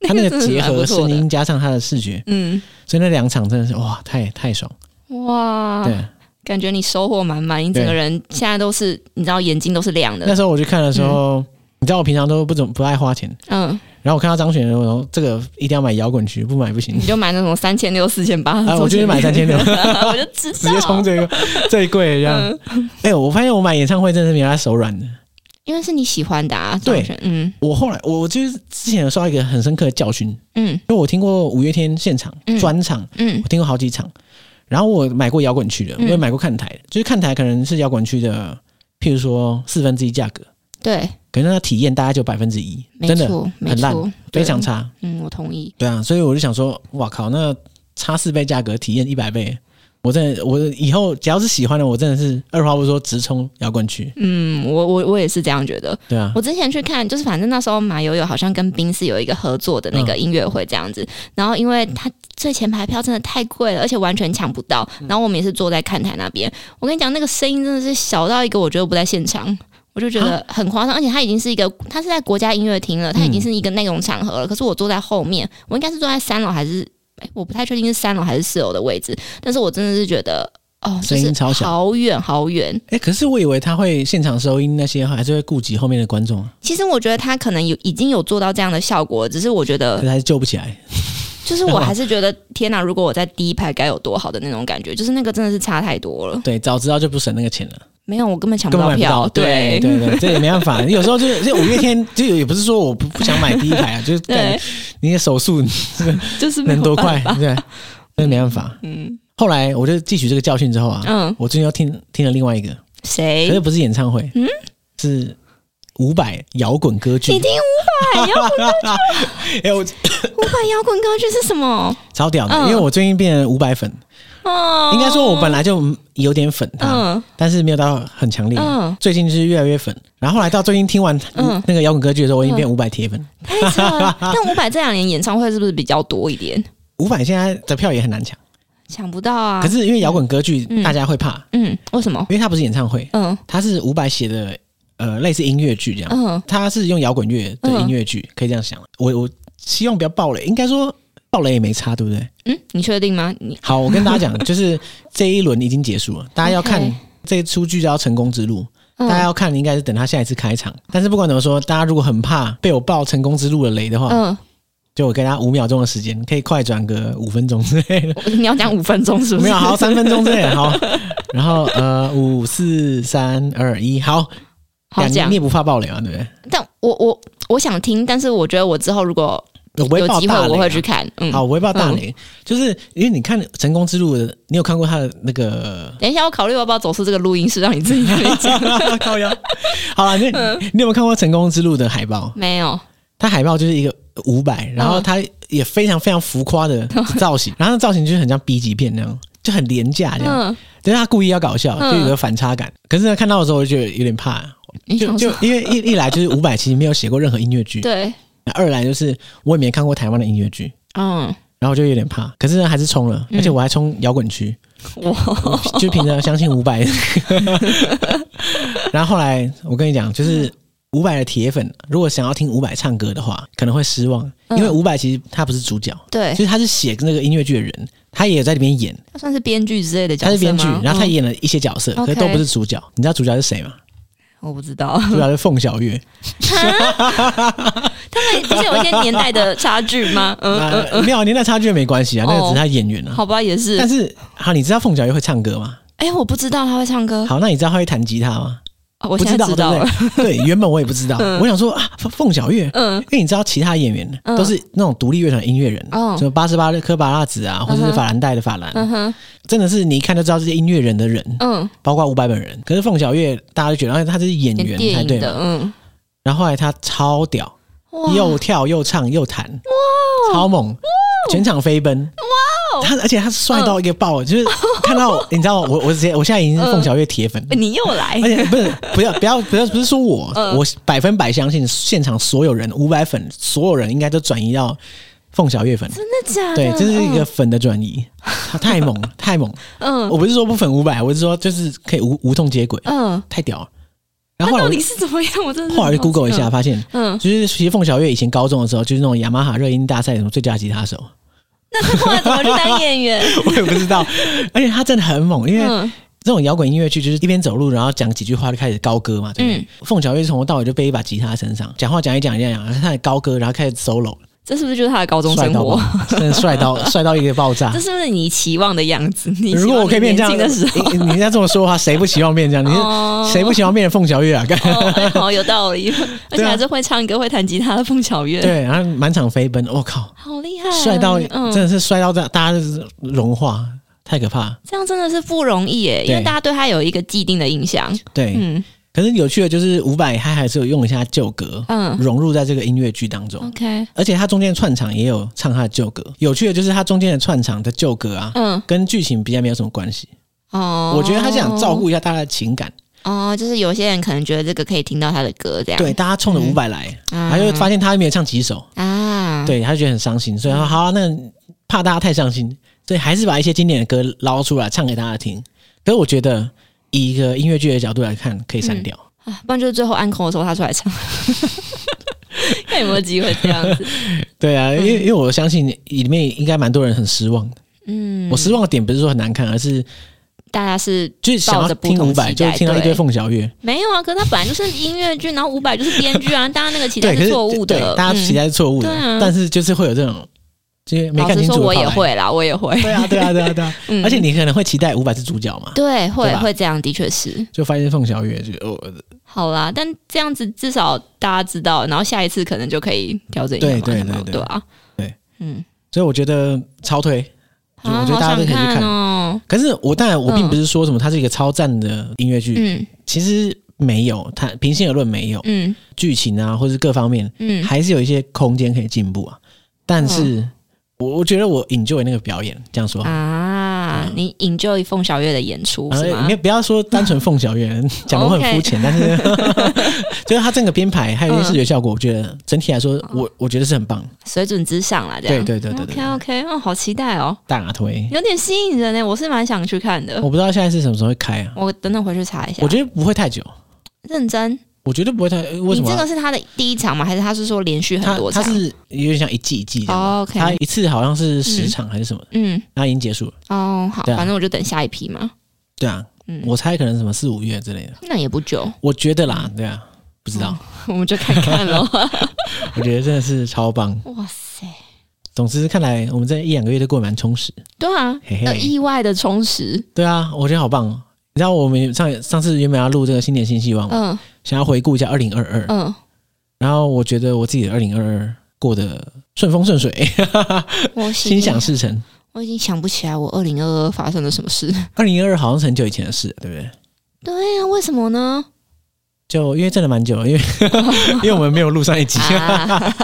Speaker 2: 它那
Speaker 1: 真
Speaker 2: 个
Speaker 1: 的是
Speaker 2: 结
Speaker 1: 蛮不
Speaker 2: 合
Speaker 1: 错
Speaker 2: 声
Speaker 1: 的
Speaker 2: 音加上它的视觉，
Speaker 1: 嗯，
Speaker 2: 所以那两场真的是哇，太太爽。
Speaker 1: 哇，
Speaker 2: 对，
Speaker 1: 感觉你收获满满，你整个
Speaker 2: 对
Speaker 1: 人现在都是，你知道眼睛都是亮
Speaker 2: 那
Speaker 1: 的，
Speaker 2: 时候我去看的时候，你知道我平常都不怎么不爱花钱，
Speaker 1: 嗯，
Speaker 2: 然后我看到张悬，我说这个一定要买摇滚区，不买不行
Speaker 1: 你。就买那种三千六、四千八，
Speaker 2: 啊，我就是买三千六，
Speaker 1: 我就知道，
Speaker 2: 直接冲最贵最贵这样。
Speaker 1: 嗯
Speaker 2: 哎、我发现我买演唱会真的是比他手软的。
Speaker 1: 因为是你喜欢的啊，
Speaker 2: 对
Speaker 1: 张悬，嗯
Speaker 2: 我后来我我就是之前有受到一个很深刻的教训，因
Speaker 1: 嗯
Speaker 2: 为我听过五月天现场
Speaker 1: 嗯
Speaker 2: 专场，
Speaker 1: 嗯
Speaker 2: 我听过好几场，然后我买过摇滚区的，我
Speaker 1: 嗯
Speaker 2: 也买过看台的，就是看台可能是摇滚区的，譬如说四分之一价格，
Speaker 1: 对，
Speaker 2: 可能它体验大概就百分之一，
Speaker 1: 没
Speaker 2: 真的
Speaker 1: 错，没
Speaker 2: 很烂
Speaker 1: 错，对
Speaker 2: 非常，差。
Speaker 1: 嗯，我同意，
Speaker 2: 对啊，所以我就想说，哇靠，那差四倍价格体验一百倍，我真的，我以后只要是喜欢的，我真的是二话不说直冲摇滚区。
Speaker 1: 嗯，我我我也是这样觉得。
Speaker 2: 对啊，
Speaker 1: 我之前去看，就是反正那时候马友友好像跟冰是有一个合作的
Speaker 2: 嗯
Speaker 1: 那个音乐会这样子，然后因为他最前排票真的太贵了，而且完全抢不到，
Speaker 2: 嗯
Speaker 1: 然后我们也是坐在看台那边。我跟你讲，那个声音真的是小到一个，我觉得不在现场。我就觉
Speaker 2: 啊
Speaker 1: 得很夸张，而且它已经是一个，它是在国家音乐厅了，它已经
Speaker 2: 嗯
Speaker 1: 是一个那种场合了。可是我坐在后面，我应该是坐在三楼还是？哎我不太确定是三楼还是四楼的位置，但是我真的是觉得，哦，
Speaker 2: 声音
Speaker 1: 就是
Speaker 2: 超小
Speaker 1: 好远好远。
Speaker 2: 哎、可是我以为他会现场收音那些，还是会顾及后面的观众啊，
Speaker 1: 其实我觉得他可能有已经有做到这样的效果，只是我觉
Speaker 2: 可
Speaker 1: 得，
Speaker 2: 是还是救不起来。
Speaker 1: 就是我还是觉得，天哪！如果我在第一排该有多好的那种感觉，就是那个真的是差太多了。
Speaker 2: 对，早知道就不省那个钱了，
Speaker 1: 没有，我根本抢不
Speaker 2: 根
Speaker 1: 到
Speaker 2: 本买不
Speaker 1: 票。
Speaker 2: 到。对对对，这也没办法。有时候就是这五月天，就也不是说我不不想买第一排啊，就是干
Speaker 1: 对，
Speaker 2: 你的 手速
Speaker 1: 就是没有
Speaker 2: 能多快
Speaker 1: 办法？，
Speaker 2: 对，那没办法。
Speaker 1: 嗯
Speaker 2: 后来我就汲取这个教训之后啊，
Speaker 1: 嗯，
Speaker 2: 我最近又听听了另外一个，
Speaker 1: 谁
Speaker 2: 可是？不是演唱会，
Speaker 1: 嗯
Speaker 2: 是伍佰摇滚歌剧
Speaker 1: 你。听伍佰摇
Speaker 2: 哎，我
Speaker 1: 伍佰摇滚歌剧是什么？
Speaker 2: 超屌的，
Speaker 1: 嗯
Speaker 2: 因为我最近变成伍佰粉，
Speaker 1: 哦，
Speaker 2: 应该说我本啊来就有点粉他，
Speaker 1: 嗯
Speaker 2: 但是没有到很强烈。
Speaker 1: 嗯，
Speaker 2: 最近就是越来越粉，然后后来到最近听完
Speaker 1: 嗯
Speaker 2: 那个摇滚歌剧的时候，我已经变伍佰铁粉。
Speaker 1: 太扯 了。但伍佰这两年演唱会是不是比较多一点？
Speaker 2: 伍佰现在的票也很难抢，
Speaker 1: 抢不到啊。
Speaker 2: 可，是因为摇滚歌剧
Speaker 1: 嗯
Speaker 2: 大家会怕，
Speaker 1: 嗯，为什么？
Speaker 2: 因为它不是演唱会，
Speaker 1: 嗯
Speaker 2: 它是伍佰写的呃类似音乐剧这样，
Speaker 1: 嗯
Speaker 2: 它是用摇滚乐的音乐剧，可以这样想。我我希望不要爆雷，应该说爆雷也没差，对不对？
Speaker 1: 嗯，你确定吗？你
Speaker 2: 好，我跟大家 讲，就是这一轮已经结束了，大家要看
Speaker 1: OK
Speaker 2: 这一出剧叫《成功之路》，
Speaker 1: 嗯
Speaker 2: 大家要看应该是等他下一次开场。但是不管怎么说，大家如果很怕被我爆《成功之路》的雷的话，
Speaker 1: 嗯，
Speaker 2: 就我给大家五秒钟的时间，可以快转个五分钟之类的，
Speaker 1: 你要讲五分钟是不是？
Speaker 2: 没有好三分钟之类的好。然后呃，五四三二一，好，
Speaker 1: 好
Speaker 2: 你
Speaker 1: 讲
Speaker 2: 你。也不怕爆雷啊，对不对？
Speaker 1: 但我我我想听，但是我觉得我之后如果
Speaker 2: 我不会
Speaker 1: 有
Speaker 2: 爆
Speaker 1: 机会
Speaker 2: 大雷啊、，
Speaker 1: 我会去看。嗯，
Speaker 2: 好，我会爆大雷，就是因为你看《成功之路》的，你有看过他的 那个
Speaker 1: 等一下我考虑要不要走出这个录音室，让你自 己在那边讲。
Speaker 2: 靠腰？好了，你
Speaker 1: 嗯
Speaker 2: 你有没有看过《成功之路》的海报？
Speaker 1: 没有，
Speaker 2: 它海报就是一个五百，然
Speaker 1: 嗯
Speaker 2: 后它也非常非常浮夸的造 型，然后那造型就是很像 B 级片那样，就很廉价这样，
Speaker 1: 嗯，
Speaker 2: 但是他故意要搞笑，
Speaker 1: 嗯
Speaker 2: 就有个反差感。可是呢，看到的时候我就觉得有点怕，
Speaker 1: 你
Speaker 2: 就
Speaker 1: 想
Speaker 2: 就
Speaker 1: 说
Speaker 2: 因为一一来就是五百其实没有写过任何音乐剧，
Speaker 1: 对，
Speaker 2: 二来就是我也没看过台湾的音乐剧。
Speaker 1: 嗯，
Speaker 2: 然后我就有点怕，可是呢还是冲了，而且我还冲摇滚区，
Speaker 1: 我
Speaker 2: 就凭着相信伍佰。 然后后来我跟你讲，就是伍佰的铁粉，如果想要听伍佰唱歌的话，可能会失望，因为
Speaker 1: 嗯
Speaker 2: 伍佰其实他不是主角，
Speaker 1: 对
Speaker 2: 其，实他是写那个音乐剧的人，他也有在里面演，
Speaker 1: 他算是编剧之类的角
Speaker 2: 他
Speaker 1: 色
Speaker 2: 是编剧
Speaker 1: 吗，
Speaker 2: 然后他
Speaker 1: 嗯
Speaker 2: 演了一些角色，
Speaker 1: OK
Speaker 2: 可是都不是主角。你知道主角是谁吗？
Speaker 1: 我不知 道，
Speaker 2: 主角是凤小岳。
Speaker 1: 他们不是有一些年代的差距吗？ 嗯，
Speaker 2: 啊没有年代差距没关系啊，那个只是他演员啊。
Speaker 1: 好吧，也是
Speaker 2: 但。是好，你知道凤小岳会唱歌吗？
Speaker 1: 哎，我不知道他会唱歌，
Speaker 2: 好，那你知道他会弹吉他
Speaker 1: 哦
Speaker 2: 吗？
Speaker 1: 我
Speaker 2: 不
Speaker 1: 现在
Speaker 2: 知
Speaker 1: 知道
Speaker 2: 道
Speaker 1: 了。
Speaker 2: 对不对？对，原本我也不知道，我想说啊，凤凤小岳，
Speaker 1: 嗯，
Speaker 2: 因为你知道其他演员
Speaker 1: 嗯
Speaker 2: 都是那种独立乐团的音乐人，
Speaker 1: 哦
Speaker 2: 什么八十八科巴拉子啊，或者是法兰黛的法兰，
Speaker 1: 嗯哼，
Speaker 2: 真的是你一看就知道这些音乐人的人，
Speaker 1: 嗯，
Speaker 2: 包括五百本人。可是凤小岳大家就觉得，哎他是演
Speaker 1: 演
Speaker 2: 员
Speaker 1: 电
Speaker 2: 才
Speaker 1: 影
Speaker 2: 对
Speaker 1: 的，
Speaker 2: 嘛。
Speaker 1: 嗯，
Speaker 2: 然后后来他超屌，
Speaker 1: 哇，
Speaker 2: 又跳又唱又弹，超猛，全场飞奔。
Speaker 1: 哦
Speaker 2: 哇！他而且他帅到一个
Speaker 1: 嗯
Speaker 2: 爆，就是看到 我你知道我我直接我现在已经是凤小岳铁粉了。
Speaker 1: 哎你又来
Speaker 2: 而，且不是，不要不要不要，不是说我，
Speaker 1: 嗯
Speaker 2: 我百分百相信现场所有人五百粉，所有人应该都转移到凤小岳粉。
Speaker 1: 真的假的？
Speaker 2: 对，这是一个粉的 转移，他太猛了，太猛了！
Speaker 1: 嗯，嗯
Speaker 2: 我不是说不粉五百，我是说就是可以无无痛接轨，
Speaker 1: 嗯，
Speaker 2: 太屌了。
Speaker 1: 那
Speaker 2: 然后后
Speaker 1: 到
Speaker 2: 来
Speaker 1: 底是怎么样？我真的
Speaker 2: 我
Speaker 1: 是
Speaker 2: 后来
Speaker 1: 很
Speaker 2: 就 Google 一
Speaker 1: 好奇
Speaker 2: 下，，发现
Speaker 1: 嗯，嗯
Speaker 2: 就是其实凤小岳以前高中的时候，就是那种雅马哈热音大赛什么最佳吉他手，
Speaker 1: 那他嗯后来怎么去当演员？
Speaker 2: 我也不知道。而且他真的很 猛，因为
Speaker 1: 嗯
Speaker 2: 这种摇滚音乐剧就是一边走路，然后讲几句话就开始高歌嘛，
Speaker 1: 嗯
Speaker 2: 对不对？凤小岳从头到尾就背一把吉他在身上，讲话讲一讲一讲一讲，他的高歌，然后开始 solo，
Speaker 1: 这是不是就是他的高中
Speaker 2: 帅
Speaker 1: 生
Speaker 2: 到
Speaker 1: 活
Speaker 2: 爆？，真的帅到帅到一个爆炸
Speaker 1: 这。是不是你期望的样子？你
Speaker 2: 如果我可以变这
Speaker 1: 期望
Speaker 2: 样
Speaker 1: 你年轻的时候，
Speaker 2: 你你你要这么说的话，谁不希望变这样？你是
Speaker 1: 哦
Speaker 2: 谁不希望变成凤小岳啊？干
Speaker 1: 哦，哎好有道理，而且还是会唱歌、会弹吉他的凤小岳，
Speaker 2: 对，然后满场飞奔，我、靠，
Speaker 1: 好厉害啊，
Speaker 2: 帅到、
Speaker 1: 嗯
Speaker 2: 真，的是帅到大大家就是融化，太可怕。
Speaker 1: 这样真的是不容易耶，因为
Speaker 2: 对
Speaker 1: 大家对他有一个既定的印象，
Speaker 2: 对，
Speaker 1: 嗯，
Speaker 2: 可是有趣的就是伍佰他还是有用一下旧歌，
Speaker 1: 嗯
Speaker 2: 融入在这个音乐剧当中。
Speaker 1: ，OK，
Speaker 2: 而且他中间的串场也有唱他的旧歌，有趣的就是他中间的串场的旧歌啊，
Speaker 1: 嗯，
Speaker 2: 跟剧情比较没有什么关系。
Speaker 1: 哦，
Speaker 2: 我觉得他是想照顾一下大家的情感，
Speaker 1: 哦，就是有些人可能觉得这个可以听到他的歌这样，
Speaker 2: 对，大家冲着伍佰来，
Speaker 1: 啊，
Speaker 2: 他就会发现他没有唱几首，
Speaker 1: 啊，
Speaker 2: 对，他就觉得很伤心，所
Speaker 1: 嗯
Speaker 2: 以他说好、啊，那怕大家太伤心，所以还是把一些经典的歌捞出来唱给大家听。可是我觉得以一个音乐剧的角度来看，可以删掉。
Speaker 1: 啊，不然就是最后安空的时候他出来唱， 看有没有机会这样子。
Speaker 2: 对啊，因为因为我相信里面应该蛮多人很失望的。
Speaker 1: 嗯，
Speaker 2: 我失望的点不是说很难看，而是
Speaker 1: 大家是
Speaker 2: 就是想
Speaker 1: 抱
Speaker 2: 要
Speaker 1: 着不
Speaker 2: 听
Speaker 1: 同
Speaker 2: 伍佰，
Speaker 1: 期
Speaker 2: 就
Speaker 1: 待
Speaker 2: 是听到一堆
Speaker 1: 对
Speaker 2: 凤小岳。
Speaker 1: 没有啊，可是他本来就是音乐剧，然后伍佰就是编剧啊，大家那个期待
Speaker 2: 对，可
Speaker 1: 是
Speaker 2: 是
Speaker 1: 错误的，
Speaker 2: 对，大家期待是错误的，
Speaker 1: 对啊
Speaker 2: 但是就是会有这种，就是
Speaker 1: 嗯。
Speaker 2: 没
Speaker 1: 老
Speaker 2: 看
Speaker 1: 实
Speaker 2: 清
Speaker 1: 说，
Speaker 2: 楚的
Speaker 1: 我也
Speaker 2: 跑来。
Speaker 1: 会啦，我也 会，
Speaker 2: 对啊，对啊，对啊，对啊。
Speaker 1: 嗯
Speaker 2: 而且你可能会期待伍佰是主角嘛，
Speaker 1: 对会
Speaker 2: 对吧
Speaker 1: 会这样，的确是
Speaker 2: 就发现凤小岳就哦，
Speaker 1: 好啦。但这样子至少大家知道，然后下一次可能就可以调整一下嘛，
Speaker 2: 对对
Speaker 1: 有没有
Speaker 2: 对对
Speaker 1: 对啊，
Speaker 2: 对，
Speaker 1: 嗯，
Speaker 2: 所以我觉得超推。就
Speaker 1: 啊
Speaker 2: 我觉得
Speaker 1: 好
Speaker 2: 大家都
Speaker 1: 想
Speaker 2: 可以去看。
Speaker 1: 哦，
Speaker 2: 可是我当然我并
Speaker 1: 嗯
Speaker 2: 不是说什么它是一个超赞的音乐剧，
Speaker 1: 嗯
Speaker 2: 其实没有，它平心而论没有
Speaker 1: 嗯
Speaker 2: 剧情啊，或是各方面
Speaker 1: 嗯，
Speaker 2: 还是有一些空间可以进步啊。但是我我觉得我 enjoy 那个表演，这样说好。嗯
Speaker 1: 啊，你 enjoy 凤小岳的演出
Speaker 2: 啊
Speaker 1: 是吗哦
Speaker 2: 你？不要说单纯凤小岳， 讲的会很肤浅，但是就是他 整个编排还有一些视觉效
Speaker 1: 哦
Speaker 2: 果，我觉得整体来说，我我觉得是很棒，
Speaker 1: 水准之上啦，这
Speaker 2: 对
Speaker 1: 样。
Speaker 2: 对对对对
Speaker 1: OK OK，哦，好期待哦，
Speaker 2: 大推。
Speaker 1: 有点吸引人呢，欸我是蛮想去看的。
Speaker 2: 我不知道现在是什么时候会开啊？
Speaker 1: 我等等回去查一下。
Speaker 2: 我觉得不会太久，
Speaker 1: 认真，
Speaker 2: 我觉得不会太呃为
Speaker 1: 你
Speaker 2: 什么
Speaker 1: 这
Speaker 2: 啊？
Speaker 1: 个是他的第一场吗？还是他是说连续很
Speaker 2: 他
Speaker 1: 多
Speaker 2: 他
Speaker 1: 场？
Speaker 2: 是有点像一季一季这样嘛，
Speaker 1: 哦，OK
Speaker 2: 他一次好像是十场还是什么的，
Speaker 1: 嗯，
Speaker 2: 那已经结束了。
Speaker 1: 哦，好，
Speaker 2: 对啊
Speaker 1: 反正我就等下一批嘛。
Speaker 2: 对啊，
Speaker 1: 嗯
Speaker 2: 我猜可能什么四五月之类的，
Speaker 1: 那也不 久，
Speaker 2: 我觉得
Speaker 1: 嗯
Speaker 2: 啦，对啊，不知道，
Speaker 1: 我们就看看喽。
Speaker 2: 我觉得真的是超棒。
Speaker 1: 哇塞，
Speaker 2: 总之，看来我们这一两个月都过得蛮充实。
Speaker 1: 对啊
Speaker 2: 嘿嘿，
Speaker 1: 呃意外的充实。
Speaker 2: 对啊，我觉得好棒哦！你知道我们上上次原本要录这个新年新希望嘛，
Speaker 1: 嗯
Speaker 2: 想要回顾一下二零二二，
Speaker 1: 嗯，
Speaker 2: 然后我觉得我自己的二零二二过得顺风顺水，
Speaker 1: 啊我
Speaker 2: 心
Speaker 1: 心
Speaker 2: 想，事成。
Speaker 1: 我已经想不起来我二零二二发生了什么事。
Speaker 2: 二零二二好像是很久以前的事，对不对？
Speaker 1: 对啊，为什么呢？
Speaker 2: 就因为真的蛮久 了，因为因为我们没有录上一集。
Speaker 1: 啊，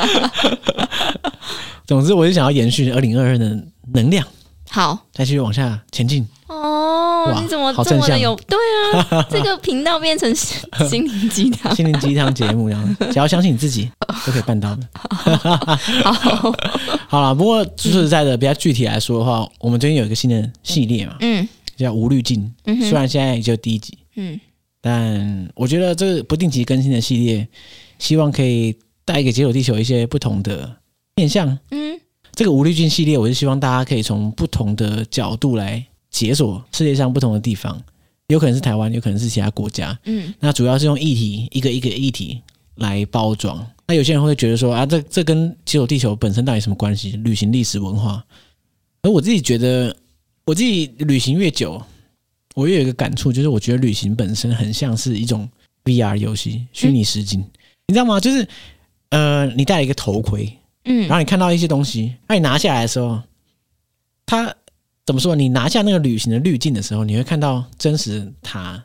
Speaker 2: 总之，我就想要延续二零二二的能量，
Speaker 1: 好，
Speaker 2: 再继续往下前进。
Speaker 1: 哦，
Speaker 2: 哇
Speaker 1: 你怎么
Speaker 2: 好
Speaker 1: 这
Speaker 2: 正
Speaker 1: 么的
Speaker 2: 向
Speaker 1: 有？对啊，这个频道变成心心灵鸡 汤。
Speaker 2: 心灵鸡汤节目，然后只要相信你自己，都可以办到的。
Speaker 1: 好，
Speaker 2: 好了，不过说实在的，比较具体来说的话，我们最近有一个新的系列嘛，
Speaker 1: 嗯
Speaker 2: 叫无滤镜。
Speaker 1: 嗯
Speaker 2: 虽
Speaker 1: 哼，
Speaker 2: 然现在也就第一集，
Speaker 1: 嗯，
Speaker 2: 但我觉得这个不定期更新的系列，希望可以带给解锁地球一些不同的面向。
Speaker 1: 嗯
Speaker 2: 这个无滤镜系列，我是希望大家可以从不同的角度来解锁世界上不同的地方，有可能是台湾，有可能是其他国家。
Speaker 1: 嗯
Speaker 2: 那主要是用议题一个一个议题来包装。那有些人会觉得说啊，这这跟解锁地球本身到底什么关系？旅行历史文化。而我自己觉得，我自己旅行越久，我越有一个感触，就是我觉得旅行本身很像是一种 VR 游戏，虚拟实境，你知道吗？就是呃，你戴了一个头盔，然
Speaker 1: 嗯，
Speaker 2: 后你看到一些东西，那你拿下来的时候，它怎么说？你拿下那个旅行的滤镜的时候，你会看到真实的它。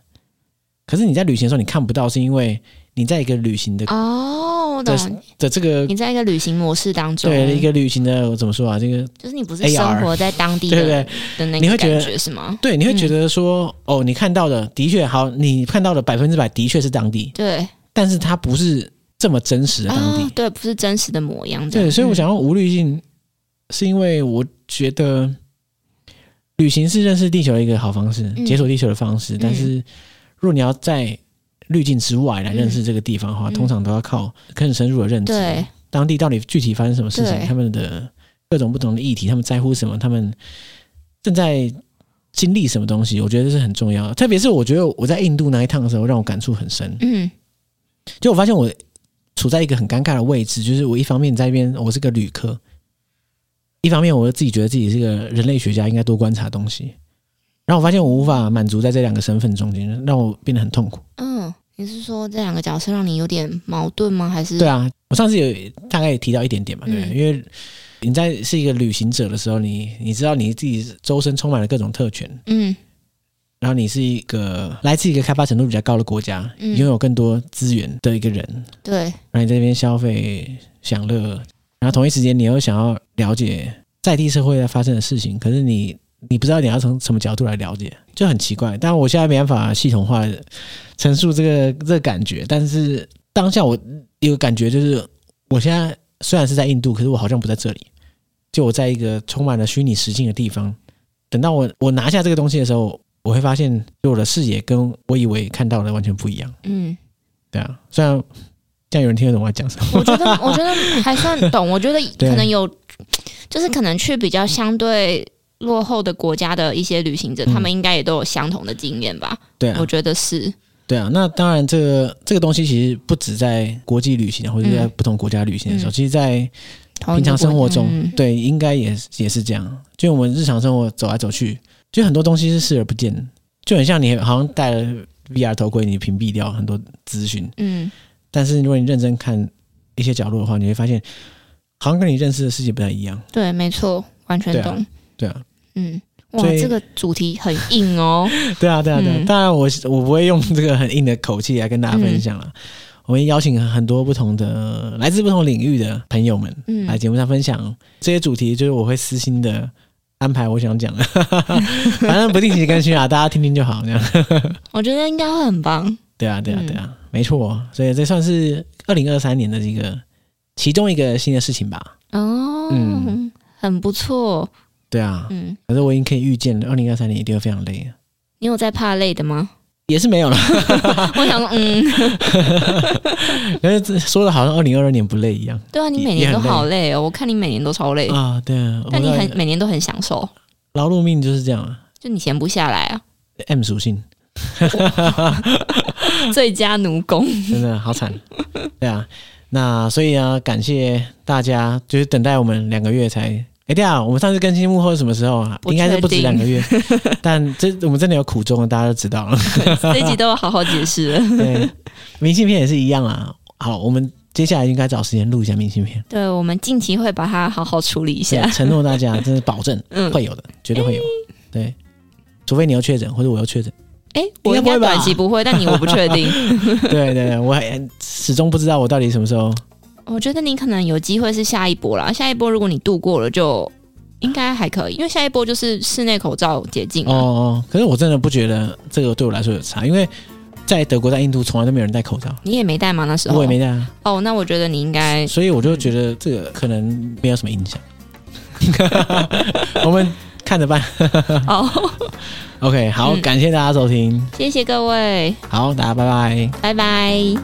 Speaker 2: 可是你在旅行的时候，你看不到，是因为你在一个旅行的
Speaker 1: 哦，我
Speaker 2: 的
Speaker 1: 懂。
Speaker 2: 的这个
Speaker 1: 你在一个旅行模式当中，
Speaker 2: 对一个旅行的我怎么说啊？这个
Speaker 1: 就是你不是
Speaker 2: AR
Speaker 1: 生活在当地
Speaker 2: 对不对
Speaker 1: 的？的那
Speaker 2: 你
Speaker 1: 个
Speaker 2: 会觉得
Speaker 1: 感觉是吗？
Speaker 2: 对，你会觉得说、哦，你看到的的确好，你看到的百分之百的确是当地，
Speaker 1: 对，
Speaker 2: 但是它不是这么真实的当地。
Speaker 1: 哦，对，不是真实的模样这样。
Speaker 2: 对，所以我
Speaker 1: 嗯
Speaker 2: 想要无滤镜，是因为我觉得旅行是认识地球的一个好方式，
Speaker 1: 嗯
Speaker 2: 解锁地球的方式。但是，如果你要在滤镜之外来认识这个地方的话，
Speaker 1: 嗯
Speaker 2: 通常都要靠更深入的认知，
Speaker 1: 对，
Speaker 2: 当地到底具体发生什么事情，
Speaker 1: 对
Speaker 2: 他们的各种不同的议题，他们在乎什么，他们正在。经历什么东西，我觉得这是很重要的。特别是我觉得我在印度那一趟的时候，让我感触很深。
Speaker 1: 嗯
Speaker 2: 就我发现我处在一个很尴尬的位置，就是我一方面在那边我是个旅客，一方面我又自己觉得自己是个人类学家，应该多观察东西。然后我发现我无法满足在这两个身份中间，让我变得很痛苦。
Speaker 1: 嗯，你是说这两个角色让你有点矛盾吗？还是
Speaker 2: 对啊，我上次有大概也提到一点点嘛，对不对，
Speaker 1: 嗯
Speaker 2: 因为你在是一个旅行者的时候，你你知道你自己周身充满了各种特权，
Speaker 1: 嗯
Speaker 2: 然后你是一个来自一个开发程度比较高的国家，
Speaker 1: 嗯
Speaker 2: 拥有更多资源的一个人，
Speaker 1: 对，
Speaker 2: 然后你在这边消费享乐，然后同一时间你又想要了解在地社会在发生的事情，可是你你不知道你要从什么角度来了解，就很奇怪。但我现在没办法系统化地陈述这个这个感觉，但是当下我有个感觉就是，我现在虽然是在印度，可是我好像不在这里，就我在一个充满了虚拟实境的地方。等到我我拿下这个东西的时候，我会发现，就我的视野跟我以为看到的完全不一样。
Speaker 1: 嗯，
Speaker 2: 对啊，虽然这样有人听得懂我在讲什么。
Speaker 1: 我觉得我觉得还算懂，我觉得
Speaker 2: 对
Speaker 1: 可能有，就是可能去比较相对落后的国家的一些旅行者，
Speaker 2: 嗯
Speaker 1: 他们应该也都有相同的经验吧？
Speaker 2: 对啊
Speaker 1: 我，觉得是，
Speaker 2: 对啊。那当然，这个这个东西其实不止在国际旅行啊，或者是在
Speaker 1: 嗯
Speaker 2: 不同国家旅行的时候，
Speaker 1: 嗯
Speaker 2: 其实，在
Speaker 1: 同一
Speaker 2: 平
Speaker 1: 个
Speaker 2: 常生活
Speaker 1: 国家
Speaker 2: 中，
Speaker 1: 嗯
Speaker 2: 对，应该也是也是这样。就我们日常生活走来走去，就很多东西是视而不见的，就很像你好像戴了 VR 头盔，你屏蔽掉很多资讯，
Speaker 1: 嗯，
Speaker 2: 但是如果你认真看一些角落的话，你会发现好像跟你认识的世界不太一样。
Speaker 1: 对，没错，完全
Speaker 2: 对啊
Speaker 1: 懂，
Speaker 2: 对啊，
Speaker 1: 嗯。哇，
Speaker 2: 所以
Speaker 1: 这个主题很硬 哦。
Speaker 2: 对啊，对啊，对啊。
Speaker 1: 嗯
Speaker 2: 当然我，我不会用这个很硬的口气来跟大家分享
Speaker 1: 嗯
Speaker 2: 了。我们邀请很多不同的来自不同领域的朋友们
Speaker 1: 嗯，
Speaker 2: 来节目上分享这些主题，就是我会私心的安排我想讲的， 反正不定期更新啊，大家听听就好。这样，
Speaker 1: 我觉得应该会很棒。
Speaker 2: 对啊，对啊，
Speaker 1: 嗯
Speaker 2: 对啊，没错。所以这算是二零二三年的这个其中一个新的事情吧。
Speaker 1: 哦，
Speaker 2: 嗯
Speaker 1: 很不错。
Speaker 2: 对啊，
Speaker 1: 嗯，
Speaker 2: 可是我已经可以预见了，二零二三年一定会非常累，
Speaker 1: 你有在怕累的 吗？
Speaker 2: 也是没有了。
Speaker 1: 我想说，嗯，
Speaker 2: 可是这说的好像二零二二年不累一样
Speaker 1: 对啊，你每
Speaker 2: 也
Speaker 1: 年
Speaker 2: 也
Speaker 1: 都
Speaker 2: 很累
Speaker 1: 好累哦。我看你每年都超累，
Speaker 2: 啊。对啊，我
Speaker 1: 但你
Speaker 2: 不知道
Speaker 1: 很每年都很享受，
Speaker 2: 劳碌命就是这样啊。
Speaker 1: 就你闲不下来啊，
Speaker 2: M 属性，
Speaker 1: 最佳奴 工。
Speaker 2: 真的好惨。对啊，那所以啊，感谢大家，就是等待我们两个月才。哎、对啊，我们上次更新幕后是什么时候啊？
Speaker 1: 不
Speaker 2: 应该是不止
Speaker 1: 确定
Speaker 2: 两个月，但这我们真的有苦衷了，大家都知道了。啊
Speaker 1: 这一集都有好好解释了。
Speaker 2: 对，明信片也是一样啊。好，我们接下来应该找时间录一下明信片。
Speaker 1: 对，我们近期会把它好好处理一
Speaker 2: 对
Speaker 1: 下。
Speaker 2: 承诺大家，真的保 证
Speaker 1: 嗯，
Speaker 2: 会有的，绝对会有。对，除非你又确诊，或者我又确诊。
Speaker 1: 哎，我应
Speaker 2: 应该
Speaker 1: 该
Speaker 2: 不会吧
Speaker 1: 短期不会，但你我不确定。
Speaker 2: 对对对，我还始终不知道我到底什么时候。
Speaker 1: 我觉得你可能有机会是下一波啦，下一波如果你度过了就。应该还可以，因为下一波就是室内口罩解禁
Speaker 2: 哦
Speaker 1: 嘛。
Speaker 2: 哦，可是我真的不觉得这个对我来说有差，因为在德国、在印度从来都没有人戴口罩，
Speaker 1: 你也没戴吗？那时候
Speaker 2: 我也没戴啊，
Speaker 1: 哦，哎那我觉得你应 该
Speaker 2: 所以我就觉得这个可能没有什么 影响。 我们看着办。
Speaker 1: 哦，
Speaker 2: OK，好，
Speaker 1: 嗯
Speaker 2: 感谢大家收听，
Speaker 1: 谢谢各位，
Speaker 2: 好，大家拜拜。
Speaker 1: 拜拜。